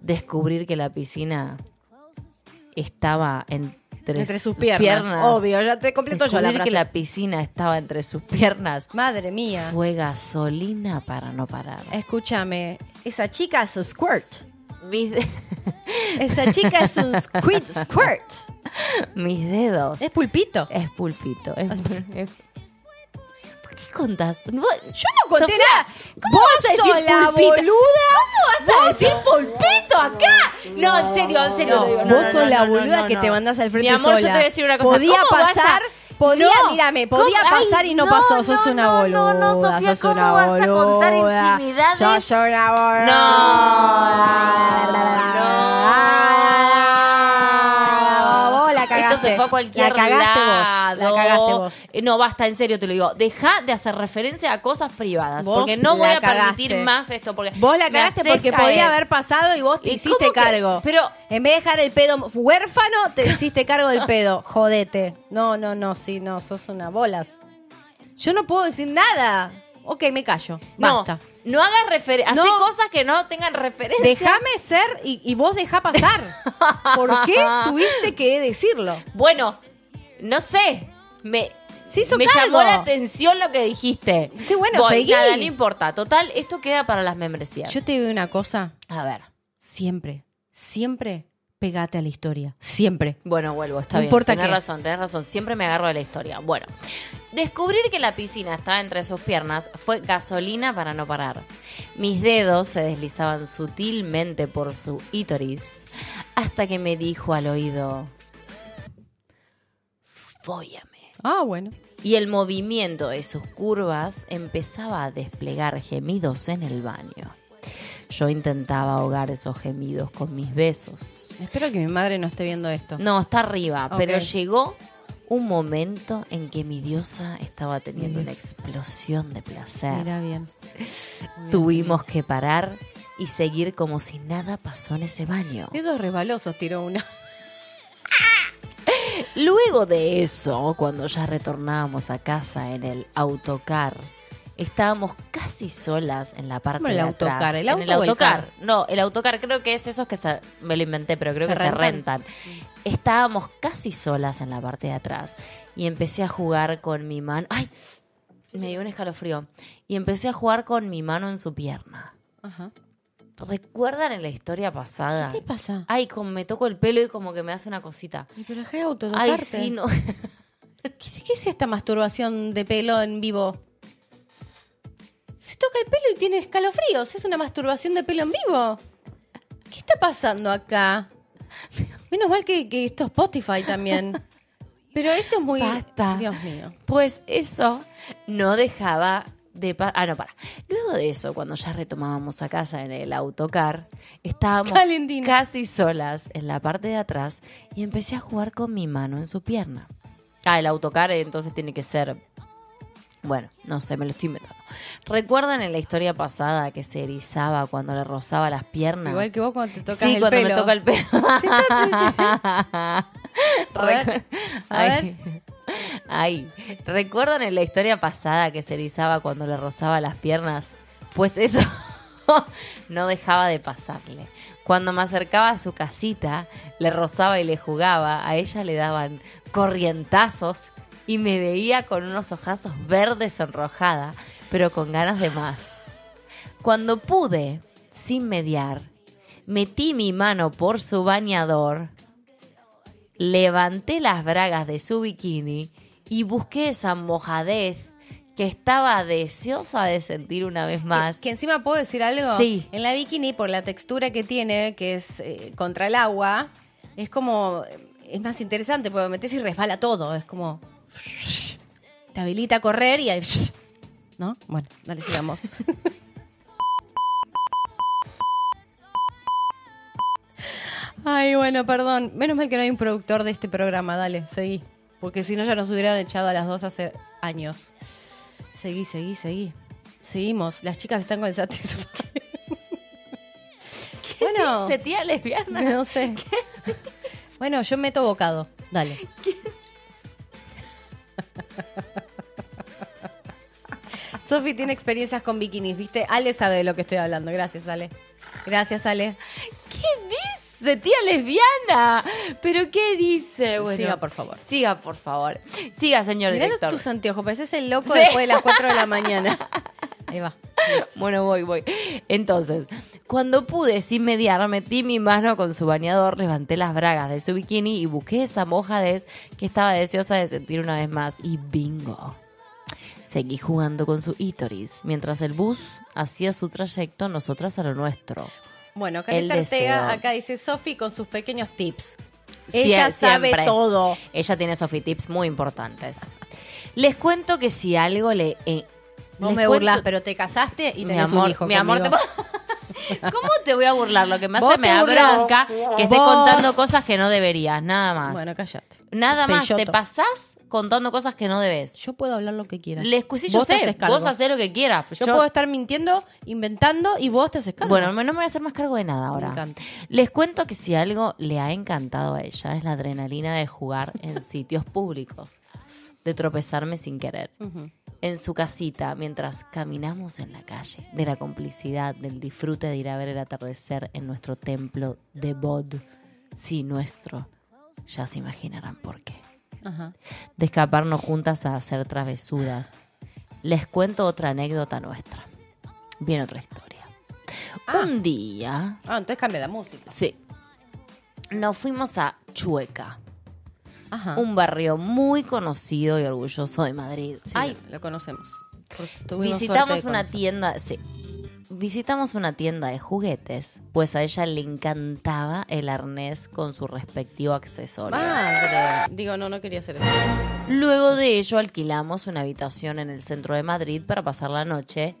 S3: Descubrir que la piscina estaba entre,
S2: Entre sus piernas. Obvio, ya te completo yo la
S3: Descubrir
S2: frase.
S3: que la piscina estaba entre sus piernas
S2: Madre mía.
S3: fue gasolina para no parar.
S2: Escúchame, esa chica es un squirt.
S3: Mis,
S2: Esa chica es un squid squirt.
S3: mis dedos.
S2: Es pulpito.
S3: Es pulpito. Es, es- contás? Yo
S2: Yo no conté nada. Vos sos la boluda.
S3: ¿Cómo vas a decir pulpito acá? No, en serio, en serio.
S2: No,
S3: lo digo.
S2: vos sos
S3: no,
S2: la
S3: no,
S2: boluda
S3: no,
S2: que
S3: no.
S2: te mandas al frente
S3: Mi amor,
S2: sola.
S3: yo te voy a decir una cosa.
S2: Podía
S3: ¿Cómo vas
S2: pasar,
S3: a-
S2: podía,
S3: No.
S2: mírame, podía
S3: ¿Cómo? Ay,
S2: pasar y no,
S3: no,
S2: pasó. Sos
S3: no,
S2: una
S3: no,
S2: boluda,
S3: no, no, Sofía,
S2: sos
S3: ¿cómo
S2: una
S3: vas a contar
S2: boluda.
S3: intimidades?
S2: Yo soy una boluda.
S3: No.
S2: Vos la cagaste.
S3: Ah. Esto se fue a cualquier
S2: La cagaste
S3: lado.
S2: vos. La cagaste vos.
S3: Eh, No, basta, en serio te lo digo. Deja de hacer referencia a cosas privadas.
S2: Vos
S3: porque no voy
S2: la
S3: a permitir
S2: cagaste.
S3: más esto. Porque
S2: Vos la
S3: me
S2: cagaste
S3: haces
S2: porque
S3: caer.
S2: podía haber pasado y vos te
S3: ¿Y
S2: hiciste
S3: cómo que-
S2: cargo.
S3: pero-
S2: en vez de dejar el pedo huérfano, te hiciste cargo del pedo. Jodete. No, no, no, sí, no, sos una bolas. Yo no puedo decir nada. Ok, me callo.
S3: No,
S2: Basta.
S3: No hagas referencia.
S2: No.
S3: cosas que no tengan referencia.
S2: Déjame ser y, y vos dejá pasar. ¿Por qué tuviste que decirlo?
S3: Bueno, no sé. Me,
S2: Se hizo
S3: me
S2: cargo.
S3: llamó la atención lo que dijiste.
S2: Sí, bueno, seguí.
S3: Nada, no importa. Total, esto queda para las membresías.
S2: Yo te digo una cosa.
S3: A ver.
S2: Siempre, siempre pegate a la historia. Siempre.
S3: Bueno, vuelvo, está
S2: No
S3: bien.
S2: importa
S3: tenés
S2: qué.
S3: razón, tenés razón. Siempre me agarro de la historia. Bueno, descubrir que la piscina estaba entre sus piernas fue gasolina para no parar. Mis dedos se deslizaban sutilmente por su ítoris hasta que me dijo al oído: Fóllame.
S2: Ah, bueno.
S3: y el movimiento de sus curvas empezaba a desplegar gemidos en el baño. Yo intentaba ahogar esos gemidos con mis besos.
S2: Espero que mi madre no esté viendo esto.
S3: No, está arriba,
S2: Ok.
S3: pero llegó un momento en que mi diosa estaba teniendo una explosión de placer.
S2: Mira bien.
S3: Tuvimos que parar y seguir como si nada pasó en ese baño.
S2: Dedos resbalosos tiró una.
S3: Luego de eso, cuando ya retornábamos a casa en el autocar, estábamos casi solas en la parte
S2: ¿Cómo el
S3: de
S2: autocar?
S3: atrás.
S2: ¿El
S3: En
S2: auto o el
S3: autocar. No, el autocar creo que es esos que se- me lo inventé, pero creo
S2: ¿Se
S3: que se
S2: rentan?
S3: rentan. Estábamos casi solas en la parte de atrás y empecé a jugar con mi mano. ¡Ay! Me dio un escalofrío. Y empecé a jugar con mi mano en su pierna.
S2: Ajá.
S3: ¿Recuerdan en la historia pasada?
S2: ¿Qué pasa?
S3: Ay, como me toco el pelo y como que me hace una cosita.
S2: Ay, pero dejá de autotocarte.
S3: Ay, sí, no.
S2: ¿Qué, qué es esta masturbación de pelo en vivo? Se toca el pelo y tiene escalofríos. Es una masturbación de pelo en vivo. ¿Qué está pasando acá? Menos mal que, que esto es Spotify también. Pero esto es muy.
S3: Basta.
S2: Dios mío.
S3: Pues eso no dejaba de pa- Ah, no, para. Luego de eso, cuando ya retomábamos a casa en el autocar, estábamos
S2: Calentina.
S3: casi solas en la parte de atrás y empecé a jugar con mi mano en su pierna. Ah, el autocar eh, entonces tiene que ser. Bueno, no sé, me lo estoy inventando. ¿Recuerdan en la historia pasada que se erizaba cuando le rozaba las piernas?
S2: Igual que vos cuando te tocas
S3: Sí,
S2: el
S3: cuando
S2: pelo.
S3: me toca el pelo.
S2: A ver, a
S3: Ay. Ay. ¿Recuerdan en la historia pasada que se erizaba cuando le rozaba las piernas? Pues eso no dejaba de pasarle. Cuando me acercaba a su casita, le rozaba y le jugaba, a ella le daban corrientazos y me veía con unos ojazos verdes sonrojada, pero con ganas de más. Cuando pude, sin mediar, metí mi mano por su bañador levanté las bragas de su bikini y busqué esa mojadez que estaba deseosa de sentir una vez más.
S2: Que, que encima puedo decir algo.
S3: Sí.
S2: En la bikini, por la textura que tiene, que es eh, contra el agua, es como. Es más interesante porque metes y resbala todo. Es como. Te habilita a correr y ahí. ¿No? Bueno, dale, sigamos. Ay, bueno, perdón. Menos mal que no hay un productor de este programa. Dale, seguí. Porque si no, ya nos hubieran echado a las dos hace años. Seguí, seguí, seguí. Seguimos. Las chicas están con el satisfactorio. bueno,
S3: ¿Se tía lesbiana?
S2: no sé. Bueno, yo meto bocado. Dale. Sofi tiene experiencias con bikinis, ¿viste? Ale sabe de lo que estoy hablando. Gracias, Ale. Gracias, Ale.
S3: ¿Qué dice tía lesbiana? ¿Pero qué dice? Bueno,
S2: Siga, por favor.
S3: Siga, por favor. Siga, señor
S2: Mirá los-
S3: director.
S2: tus anteojos, pareces el loco
S3: Sí.
S2: después de las 4 de la mañana. Ahí va.
S3: Bueno, voy, voy. Entonces, cuando pude sin mediar, metí mi mano con su bañador, levanté las bragas de su bikini y busqué esa mojadez que estaba deseosa de sentir una vez más. Y bingo. Seguí jugando con su ítoris. Mientras el bus hacía su trayecto, nosotras a lo nuestro.
S2: Bueno,
S3: El
S2: Carita Ortega
S3: deseo.
S2: acá dice Sofi con sus pequeños tips.
S3: Sie-
S2: Ella sabe
S3: siempre.
S2: todo.
S3: Ella tiene Sofi tips muy importantes. Les cuento que si algo le.
S2: Vos
S3: eh,
S2: me
S3: les cuento-
S2: burlas, pero te casaste y
S3: mi
S2: tenés
S3: amor,
S2: un hijo
S3: mi amor, te
S2: conmigo.
S3: po- ¿cómo te voy a burlar? Lo que más
S2: Vos
S3: se me
S2: te
S3: da
S2: burlás.
S3: bronca que estés
S2: Vos.
S3: contando cosas que no deberías, nada más.
S2: Bueno, callate.
S3: nada más, te
S2: Peyoto.
S3: pasás contando cosas que no debes.
S2: Yo puedo hablar lo que quiera.
S3: Les pues sí, yo
S2: Vos te
S3: sé,
S2: haces cargo.
S3: vos haces lo que quieras.
S2: Yo, puedo estar mintiendo, inventando y vos te haces cargo.
S3: Bueno, no me voy a hacer más cargo de nada ahora.
S2: encanta.
S3: Les cuento que si algo le ha encantado a ella es la adrenalina de jugar en sitios públicos, de tropezarme sin querer. En su casita, mientras caminamos en la calle, de la complicidad, del disfrute de ir a ver el atardecer en nuestro templo de Bod. Sí, nuestro. Ya se imaginarán por qué. De escaparnos juntas a hacer travesuras. Les cuento otra anécdota nuestra. Viene otra historia. Un día,
S2: Ah, entonces cambia la música.
S3: sí, nos fuimos a Chueca,
S2: Ajá.
S3: un barrio muy conocido y orgulloso de Madrid.
S2: Sí,
S3: Ay,
S2: lo conocemos. Por- tuvimos suerte
S3: visitamos
S2: de
S3: una
S2: conocer.
S3: tienda, sí. Visitamos una tienda de juguetes, pues a ella le encantaba el arnés con su respectivo accesorio.
S2: Madre. Ah, Digo, no, no quería hacer eso.
S3: Luego de ello alquilamos una habitación en el centro de Madrid para pasar la noche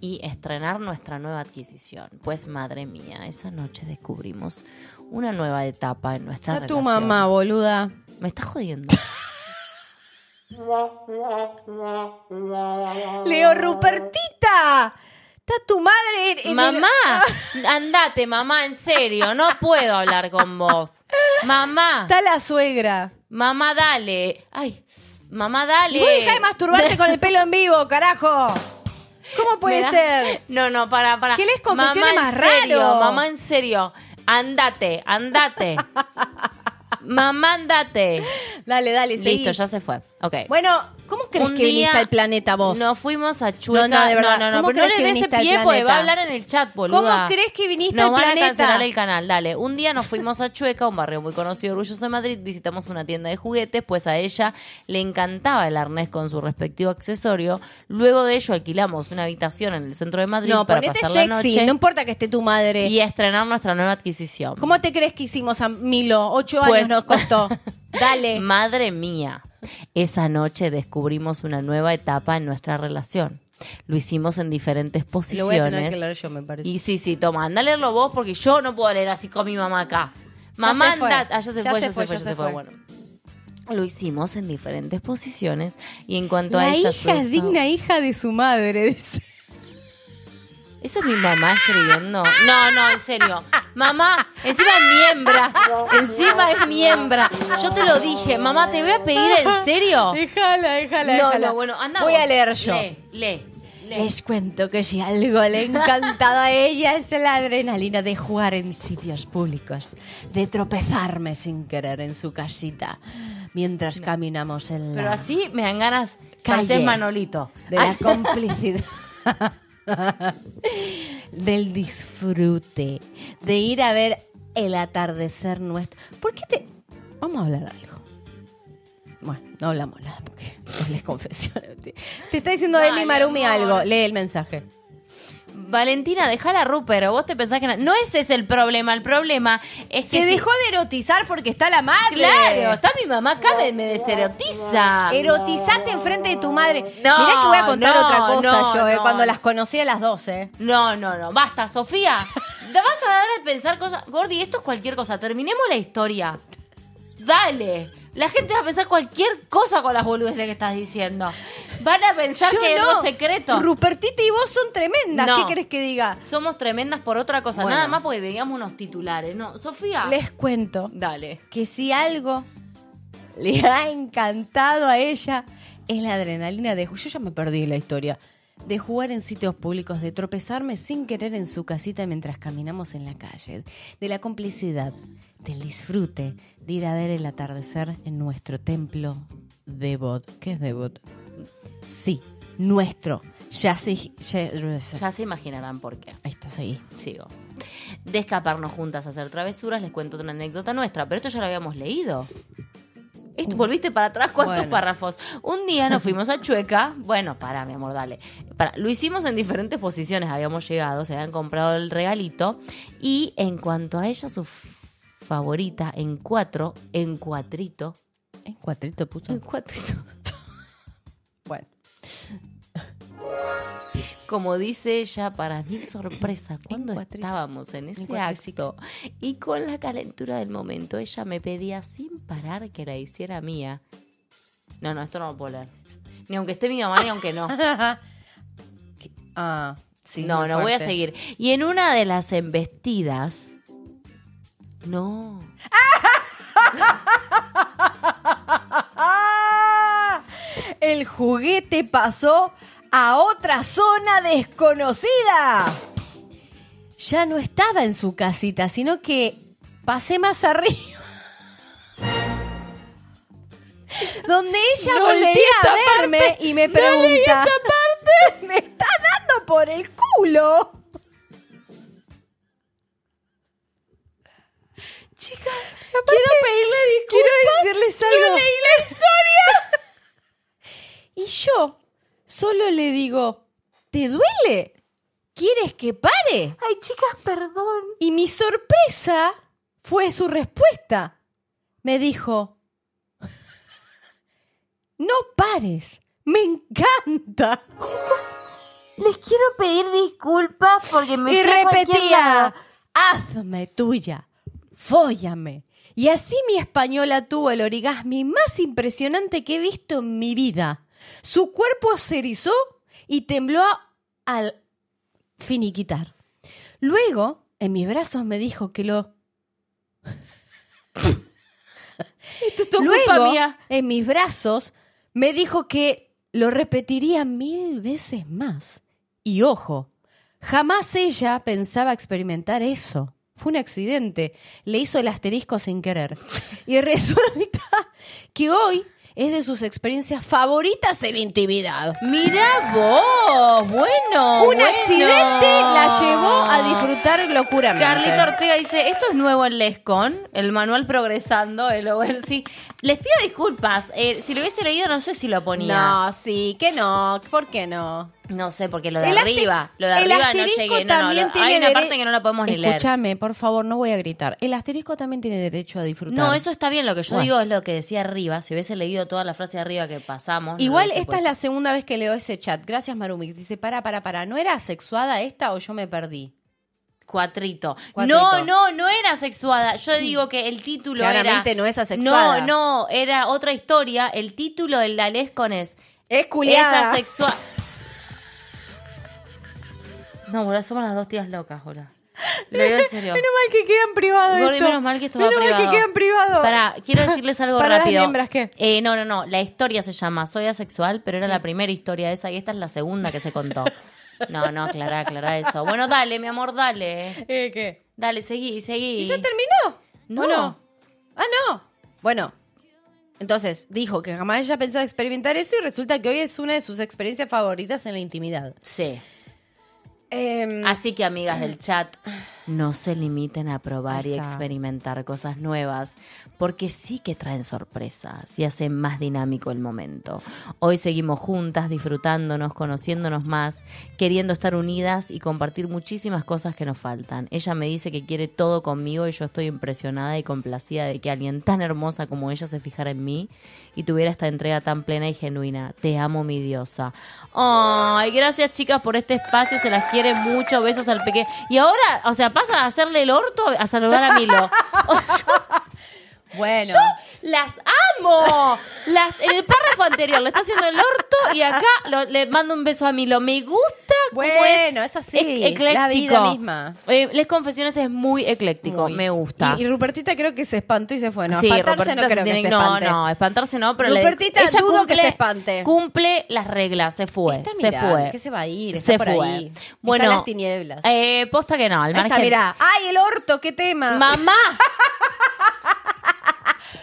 S3: y estrenar nuestra nueva adquisición. Pues madre mía, esa noche descubrimos una nueva etapa en nuestra
S2: Está tu
S3: relación.
S2: mamá, boluda.
S3: Me está jodiendo.
S2: Leo Rupertita. Está tu madre en, en el-
S3: mamá, andate, mamá, en serio, no puedo hablar con vos. Mamá,
S2: Está la suegra.
S3: mamá, dale. Ay, mamá, dale.
S2: Y vos dejá de masturbarte con el pelo en vivo, carajo. ¿Cómo puede
S3: Me da-
S2: ser?
S3: No, no, para, para.
S2: ¿Qué les
S3: mamá,
S2: confesione más
S3: en serio,
S2: raro?
S3: Mamá, en serio. Andate, andate. mamá, andate.
S2: Dale, dale, seguí.
S3: Listo, ya se fue. Ok.
S2: Bueno, ¿cómo crees
S3: Un
S2: que
S3: día
S2: viniste al planeta vos?
S3: Nos fuimos a Chueca.
S2: No, no, de verdad.
S3: No, no, no,
S2: ¿Cómo
S3: pero no
S2: crees
S3: le
S2: que
S3: des ese
S2: viniste al
S3: pie porque va
S2: planeta?
S3: a hablar en el chat, boluda.
S2: ¿Cómo crees que viniste
S3: Nos
S2: al
S3: van
S2: planeta?
S3: a cancelar el canal, dale. Un día nos fuimos a Chueca, un barrio muy conocido, orgulloso de Madrid. Visitamos una tienda de juguetes, pues a ella le encantaba el arnés con su respectivo accesorio. Luego de ello alquilamos una habitación en el centro de Madrid
S2: No,
S3: para
S2: ponete
S3: pasar la
S2: sexy,
S3: noche
S2: no importa que esté tu madre.
S3: y estrenar nuestra nueva adquisición.
S2: ¿Cómo te crees que hicimos a Milo? Ocho
S3: Pues-
S2: años nos costó. Dale.
S3: Madre mía, esa noche descubrimos una nueva etapa en nuestra relación. Lo hicimos en diferentes posiciones.
S2: Lo voy a tener que leer yo, me parece.
S3: Y sí, sí, toma, anda a leerlo vos porque yo no puedo leer así con mi mamá acá.
S2: Ya
S3: Mamá,
S2: se fue.
S3: anda. Ah, ya se fue, ya se fue, ya se fue. Bueno. Lo hicimos en diferentes posiciones y en cuanto a
S2: La
S3: ella.
S2: hija
S3: su-
S2: es digna hija de su madre, dice.
S3: Esa es mi mamá escribiendo. No, no, en serio. Mamá, encima es miembra. Encima es miembra. Yo te lo dije. Mamá, te voy a pedir en serio.
S2: Déjala, déjala,
S3: No,
S2: déjala.
S3: no, bueno, anda.
S2: Voy
S3: vos.
S2: a leer yo.
S3: Lee, lee. lee.
S2: Les cuento que si algo le ha encantado a ella es la adrenalina de jugar en sitios públicos, de tropezarme sin querer en su casita mientras caminamos en
S3: Pero
S2: la,
S3: así me dan ganas.
S2: Calle.
S3: Francés Manolito.
S2: de la
S3: Ah,
S2: complicidad, del disfrute, de ir a ver el atardecer nuestro. ¿Por qué te...? Vamos a hablar algo. Bueno, no hablamos nada porque les confesio. Te te está diciendo
S3: Dale,
S2: Eli Marumi
S3: amor.
S2: algo. Lee el mensaje.
S3: Valentina, déjala Rupert. Vos te pensás que no. No ese es el problema. El problema es que.
S2: Se
S3: si-
S2: dejó de erotizar porque está la madre. Ah,
S3: Claro, está mi mamá acá, me, me deserotiza.
S2: Erotizate enfrente de tu madre.
S3: No,
S2: Mirá que voy a contar
S3: no,
S2: otra cosa
S3: no,
S2: yo, eh,
S3: no.
S2: cuando las conocí a las 12. eh.
S3: No, no, no. Basta, Sofía. Te vas a dar de pensar cosas. Gordi, esto es cualquier cosa. Terminemos la historia. Dale. La gente va a pensar cualquier cosa con las boludeces que estás diciendo. Van a pensar
S2: Yo
S3: que es
S2: no.
S3: algo secreto.
S2: Rupertita y vos son tremendas.
S3: No.
S2: ¿Qué querés que diga?
S3: Somos tremendas por otra cosa.
S2: Bueno.
S3: Nada más porque veíamos unos titulares. No, Sofía.
S2: Les cuento
S3: Dale.
S2: que si algo le ha encantado a ella es la adrenalina de... Yo ya me perdí la historia. De jugar en sitios públicos, de tropezarme sin querer en su casita mientras caminamos en la calle, de la complicidad, del disfrute, de ir a ver el atardecer en nuestro templo Devot. ¿Qué es Devot? Sí, nuestro. Ya se... ya-
S3: Ya se imaginarán por qué.
S2: ahí estás ahí.
S3: Sigo. De escaparnos juntas a hacer travesuras, les cuento una anécdota nuestra, pero esto ya lo habíamos leído. Esto, volviste para atrás, ¿cuántos
S2: Bueno.
S3: párrafos? Un día nos fuimos a Chueca. Bueno, para, mi amor, dale. Pará. Lo hicimos en diferentes posiciones, habíamos llegado, se habían comprado el regalito. Y en cuanto a ella, su f- favorita, en cuatro, en cuatrito,
S2: En ¿Eh? cuatrito, puto.
S3: en cuatrito.
S2: Bueno.
S3: Como dice ella, para mi sorpresa, cuando
S2: cuatrito.
S3: estábamos en ese
S2: cuatricica.
S3: acto y con la calentura del momento, ella me pedía sin parar que la hiciera mía. No, no, esto no lo puedo leer. Ni aunque esté mi mamá, ni aunque no.
S2: Ah, sí.
S3: no,
S2: muy
S3: no, voy a
S2: fuerte.
S3: seguir. Y en una de las embestidas. No.
S6: ¡Ah! El juguete pasó a otra zona desconocida.
S2: Ya no estaba en su casita, sino que pasé más arriba. Donde ella
S3: No leí
S2: voltea
S3: esta
S2: a verme y me pregunta.
S6: ¡Me está dando por el culo!
S3: Quiero pedirle disculpas.
S6: Quiero decirles algo.
S2: Y yo solo le digo, ¿te duele? ¿Quieres que pare?
S3: Ay, chicas, perdón.
S2: Y mi sorpresa fue su respuesta. Me dijo, no pares, me encanta.
S5: Les quiero pedir disculpas porque me
S2: y
S5: fui a cualquier lado.
S2: repetía, hazme tuya, fóllame. Y así mi española tuvo el orgasmo más impresionante que he visto en mi vida. Su cuerpo se erizó y tembló a- al finiquitar. Luego, en mis brazos me dijo que lo...
S3: Esto es tu
S2: Luego,
S3: culpa mía.
S2: en mis brazos, me dijo que lo repetiría mil veces más. Y ojo, jamás ella pensaba experimentar eso. Fue un accidente. Le hizo el asterisco sin querer. Y resulta que hoy es de sus experiencias favoritas en la intimidad.
S3: Mira vos. Bueno.
S2: Un
S3: bueno.
S2: accidente la llevó a disfrutar locuramente.
S3: Carlita Ortega dice, esto es nuevo en Lescon, el manual progresando, el OL, sí. Les pido disculpas, eh, si lo hubiese leído no sé si lo ponía.
S2: No, sí, que no. ¿Por qué no?
S3: No, sé, porque lo de
S2: El aste-
S3: arriba, lo de
S2: el
S3: arriba no
S2: asterisco
S3: llegué. No, no,
S2: también
S3: lo-
S2: tiene
S3: hay una
S2: dere-
S3: parte que no la podemos ni leer.
S2: Escúchame, por favor, no voy a gritar. El asterisco también tiene derecho a disfrutar.
S3: No, eso está bien, lo que yo
S2: Bueno.
S3: digo es lo que decía arriba, si hubiese leído toda la frase de arriba que pasamos. no
S2: Igual
S3: hubiese
S2: esta es
S3: puesto.
S2: la segunda vez que leo ese chat. Gracias, Marumi. Dice, para, para, para. ¿No era asexuada esta o yo me perdí?
S3: Cuatrito.
S2: Cuatrito. Mm.
S3: No, no, no era sexuada. Yo digo que el título
S2: Claramente
S3: era...
S2: no es asexuada.
S3: No, no, era otra historia. El título del Dalescon es...
S6: Es
S3: Esa
S6: culiada.
S3: sexual. No, boludo, somos las dos tías locas, boludo. Lo digo en serio.
S6: Menos mal que quedan privados.
S3: Gordi,
S6: esto.
S3: menos mal que esto
S6: Menos
S3: va
S6: mal
S3: privado.
S6: que quedan privados.
S3: Pará, quiero decirles algo
S6: Para las
S3: rápido.
S6: hembras, ¿qué?
S3: Eh, no, no, no. La historia se llama Soy asexual, pero era la primera historia esa y esta es la segunda que se contó. No, no, aclará, aclará eso. Bueno, dale, mi amor, dale.
S6: Eh, ¿Qué?
S3: Dale, seguí, seguí.
S6: ¿Y ya terminó?
S3: No.
S6: ¿O no?
S2: Ah, no. Bueno, entonces dijo que jamás ella pensaba experimentar eso y resulta que hoy es una de sus experiencias favoritas en la intimidad.
S3: Sí.
S2: Em,
S3: Así que, amigas del chat, no se limiten a probar y
S2: Ahí está.
S3: experimentar cosas nuevas, porque sí que traen sorpresas y hacen más dinámico el momento. Hoy seguimos juntas, disfrutándonos, conociéndonos más, queriendo estar unidas y compartir muchísimas cosas que nos faltan. Ella me dice que quiere todo conmigo y yo estoy impresionada y complacida de que alguien tan hermosa como ella se fijara en mí y tuviera esta entrega tan plena y genuina. Te amo, mi diosa. Ay, gracias, chicas, por este espacio. Se las quiere mucho. Besos al pequeño. Y ahora, o sea, pasa a hacerle el orto a saludar a Milo.
S2: bueno.
S3: Yo las amo. Las, en el párrafo anterior le está haciendo el orto y acá lo- le mando un beso a Milo. Me gusta cómo
S2: Bueno, es así,
S3: ec-
S2: la vida
S3: ecléctico.
S2: misma.
S3: Eh, Les Confesiones es muy ecléctico.
S2: Muy.
S3: Me gusta.
S2: Y, y Rupertita creo que se espantó y se fue. No,
S3: Sí,
S2: espantarse
S3: Rupertita
S2: no
S3: se
S2: creo que
S3: tiene-
S2: se
S3: no,
S2: espante.
S3: no, espantarse no, pero le-
S2: Rupertita,
S3: ella
S2: dudo
S3: cumple,
S2: que se espante.
S3: Cumple las reglas, se fue,
S2: Está
S3: se
S2: mirando,
S3: fue.
S2: que se va a ir, está por ahí. Está en las tinieblas.
S3: Eh, posta que no, al
S2: Ahí está,
S3: margen.
S2: mirá. ¡Ay, el orto! ¡Qué tema!
S3: Mamá,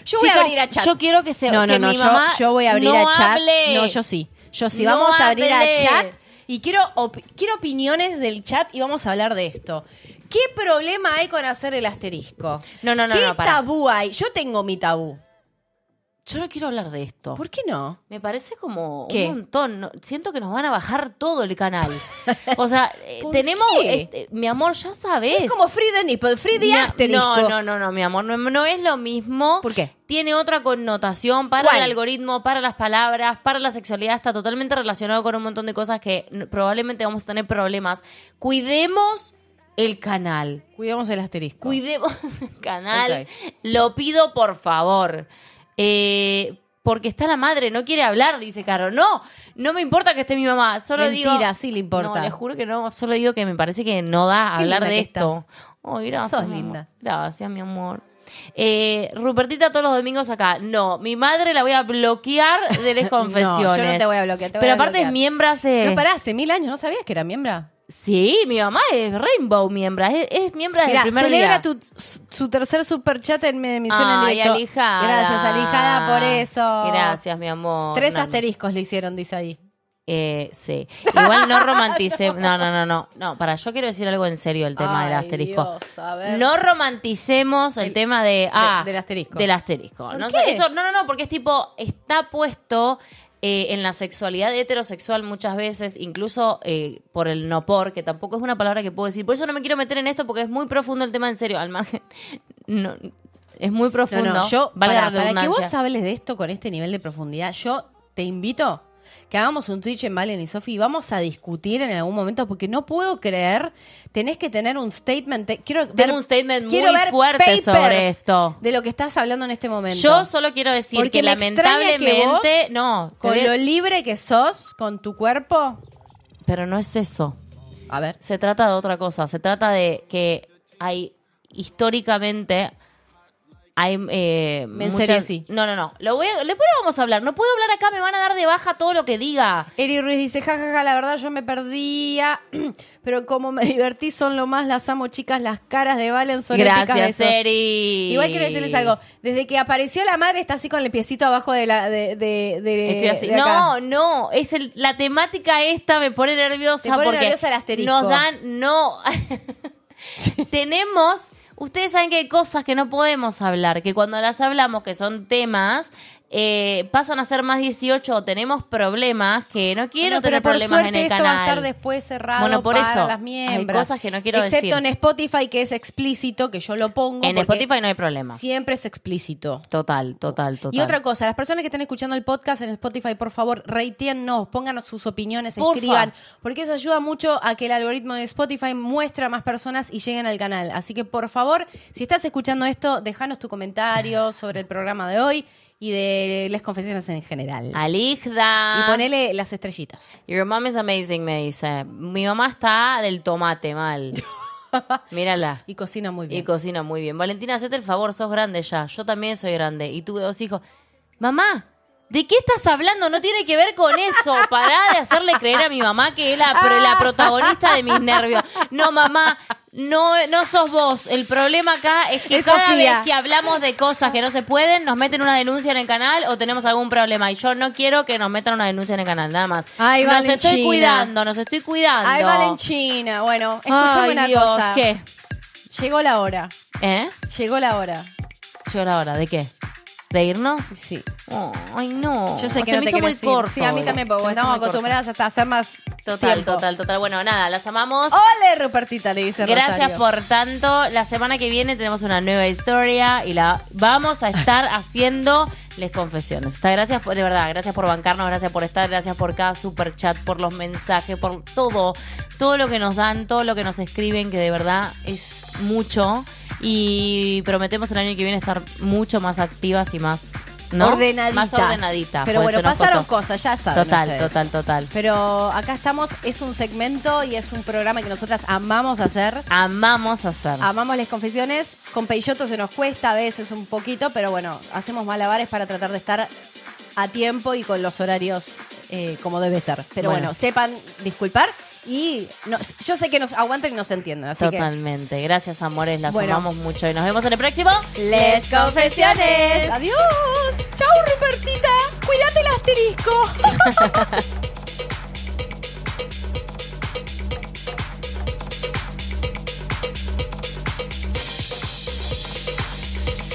S2: yo voy
S3: chicas,
S2: a abrir a chat.
S3: yo quiero que se
S2: no, no,
S3: que
S2: no,
S3: mi
S2: yo,
S3: mamá
S2: yo voy a abrir
S3: no
S2: a chat.
S3: hable.
S2: No, yo sí. Yo sí.
S3: No
S2: vamos a abrir
S3: hable.
S2: a chat y quiero, op- quiero opiniones del chat y vamos a hablar de esto. ¿Qué problema hay con hacer el asterisco?
S3: No, no, no,
S2: ¿Qué
S3: no, pará.
S2: tabú hay? Yo tengo mi tabú.
S3: Yo no quiero hablar de esto.
S2: ¿Por qué no?
S3: Me parece como
S2: ¿Qué?
S3: un montón. No- Siento que nos van a bajar todo el canal. O sea, eh,
S2: ¿Por
S3: tenemos.
S2: qué?
S3: este, mi amor, ya sabes.
S2: Es como Free the Nipple, Free the
S3: No,
S2: Asterisco.
S3: No, no, no, no, mi amor. No, no es lo mismo.
S2: ¿Por qué?
S3: Tiene otra connotación para
S2: ¿Cuál?
S3: el algoritmo, para las palabras, para la sexualidad. Está totalmente relacionado con un montón de cosas que n- probablemente vamos a tener problemas. Cuidemos el canal.
S2: Cuidemos el asterisco.
S3: Cuidemos el canal. Lo pido, por favor. Eh, porque está la madre, no quiere hablar, dice Caro. No, no me importa que esté mi mamá. Solo digo.
S2: Mentira, sí le importa.
S3: No, les juro que no. Solo digo que me parece que no da
S2: Qué
S3: hablar
S2: linda
S3: de
S2: que
S3: esto. Ay, gracias.
S2: Sos
S3: mi amor.
S2: linda.
S3: Gracias, mi amor. Eh, Rupertita todos los domingos acá. No, mi madre la voy a bloquear de las confesiones.
S2: No, yo no te voy a bloquear. te voy
S3: Pero
S2: a
S3: aparte es
S2: bloquear.
S3: miembro hace...
S2: No, pará, hace mil años, ¿no sabías que era miembra?
S3: Sí, mi mamá es Rainbow miembro. Es, es miembro desde
S2: Mira,
S3: el primer
S2: celebra
S3: día.
S2: tu, su, su tercer super chat en mi emisión en
S3: Ay,
S2: directo.
S3: alijada.
S2: Gracias, alijada, por eso.
S3: Gracias, mi amor.
S2: Tres
S3: No, no.
S2: asteriscos le hicieron, dice ahí.
S3: Eh, sí. Igual no romanticemos. No, no, no, no. No, para, yo quiero decir algo en serio el tema del
S2: Ay,
S3: asterisco.
S2: Dios, a ver.
S3: No romanticemos el, tema de. Ah,
S2: del asterisco.
S3: Del asterisco.
S2: ¿Por
S3: No,
S2: qué?
S3: sé, eso- no, no, no, porque es tipo, está puesto. eh, en la sexualidad heterosexual muchas veces, incluso eh, por el no por, que tampoco es una palabra que puedo decir. Por eso no me quiero meter en esto porque es muy profundo el tema en serio. Al margen, no, es muy
S2: No,
S3: profundo.
S2: no, yo,
S3: vale
S2: para,
S3: la
S2: para que vos
S3: redundancia.
S2: hables de esto con este nivel de profundidad, yo te invito que hagamos un Twitch en Valen y Sofi y vamos a discutir en algún momento porque no puedo creer, tenés que tener un statement, te- quiero ver,
S3: un statement
S2: quiero
S3: muy
S2: ver
S3: fuerte sobre
S2: papers
S3: esto.
S2: De lo que estás hablando en este momento.
S3: Yo solo quiero decir
S2: Porque
S3: que
S2: me extraña que vos,
S3: lamentablemente. no, te
S2: con
S3: voy a-
S2: lo libre que sos con tu cuerpo,
S3: pero no es eso.
S2: a ver,
S3: Se trata de otra cosa. Se trata de que hay históricamente. Hay. Eh,
S2: Me
S3: muchas-
S2: enserio, sí.
S3: No, no, no. Lo voy a, después lo vamos a hablar. No puedo hablar acá, me van a dar de baja todo lo que diga.
S2: Eri Ruiz dice, jajaja, la verdad yo me perdía, pero como me divertí son lo más, las amo chicas, las caras de Valen son épicas,
S3: Gracias,
S2: besos".
S3: Eri.
S2: Igual quiero decirles algo, desde que apareció la madre está así con el piecito abajo de la... De, de, de-
S3: Estoy así.
S2: Eh, de acá.
S3: No, no, es el- la temática esta me pone nerviosa
S2: Te pone
S3: porque
S2: nerviosa el asterisco.
S3: nos dan no tenemos ustedes saben que hay cosas que no podemos hablar, que cuando las hablamos que son temas eh, pasan a ser más 18 o tenemos problemas que no quiero
S2: Bueno, pero
S3: tener
S2: por
S3: problemas
S2: suerte
S3: en el
S2: esto
S3: canal.
S2: va a estar después cerrado
S3: Bueno, por
S2: para
S3: eso,
S2: las
S3: hay
S2: miembros.
S3: cosas que no quiero
S2: Excepto en
S3: decir.
S2: Spotify, que es explícito, que yo lo pongo.
S3: en
S2: porque
S3: Spotify no hay problema.
S2: Siempre es explícito.
S3: Total, total, total.
S2: Y otra cosa, las personas que están escuchando el podcast en Spotify, por favor, reitíennos, pónganos sus opiniones,
S3: Porfa.
S2: escriban, porque eso ayuda mucho a que el algoritmo de Spotify muestre a más personas y lleguen al canal. Así que, por favor, si estás escuchando esto, déjanos tu comentario sobre el programa de hoy y de las confesiones en general.
S3: Ah. Aligda.
S2: Y ponele las estrellitas.
S3: Your mom is amazing, me dice. Mi mamá está del tomate mal. Mírala.
S2: Y cocina muy bien.
S3: Y cocina muy bien. Valentina, hacete el favor, sos grande ya. Yo también soy grande y tuve dos hijos. Mamá, ¿de qué estás hablando? No tiene que ver con eso. Pará de hacerle creer a mi mamá que es la, pro- la protagonista de mis nervios. No, mamá, no, no sos vos. El problema acá es que
S2: Es
S3: cada
S2: Sofía.
S3: vez que hablamos de cosas que no se pueden, nos meten una denuncia en el canal o tenemos algún problema. Y yo no quiero que nos metan una denuncia en el canal, nada más.
S2: Ay,
S3: nos estoy
S2: Valentina.
S3: cuidando, nos estoy cuidando.
S2: Ay, Valentina. Bueno, escuchame
S3: Ay,
S2: una
S3: Dios,
S2: cosa.
S3: ¿Qué?
S2: Llegó la hora.
S3: ¿Eh?
S2: Llegó la hora.
S3: Llegó la hora, ¿de qué? ¿De irnos?
S2: Sí.
S3: Ay, no.
S2: Yo sé que
S3: Ah, Se
S2: no
S3: me
S2: te
S3: hizo
S2: quiero
S3: muy
S2: decir.
S3: corto.
S2: Sí, a mí también, porque
S3: Se me hizo
S2: estamos
S3: muy corto.
S2: acostumbradas hasta hacer más
S3: Total,
S2: tiempo.
S3: total, total. Bueno, nada, las amamos.
S2: ¡Ole, Rupertita! Le dice
S3: Gracias
S2: Rosario.
S3: por tanto. La semana que viene tenemos una nueva historia y la vamos a estar haciendo les confesiones. Está, gracias por- de verdad, gracias por bancarnos, gracias por estar, gracias por cada super chat, por los mensajes, por todo, todo lo que nos dan, todo lo que nos escriben, que de verdad es mucho. Y prometemos el año que viene estar mucho más activas y más ¿no?
S2: Ordenaditas.
S3: Más ordenaditas.
S2: Pero
S3: porque
S2: bueno,
S3: se nos
S2: pasaron
S3: costó.
S2: cosas, ya saben.
S3: Total,
S2: ustedes.
S3: total, total.
S2: Pero acá estamos, es un segmento y es un programa que nosotras amamos hacer.
S3: Amamos hacer.
S2: Amamos las confesiones. Con Peixoto se nos cuesta a veces un poquito, pero bueno, hacemos malabares para tratar de estar a tiempo y con los horarios eh, como debe ser. Pero bueno,
S3: Bueno.
S2: sepan disculpar y nos- yo sé que nos aguantan y nos entienden. Así que
S3: Totalmente. Gracias, amores. Las
S2: Bueno.
S3: amamos mucho y nos vemos en el próximo.
S2: Les Confesiones. Adiós. Chau, Rupertita. Cuídate el asterisco.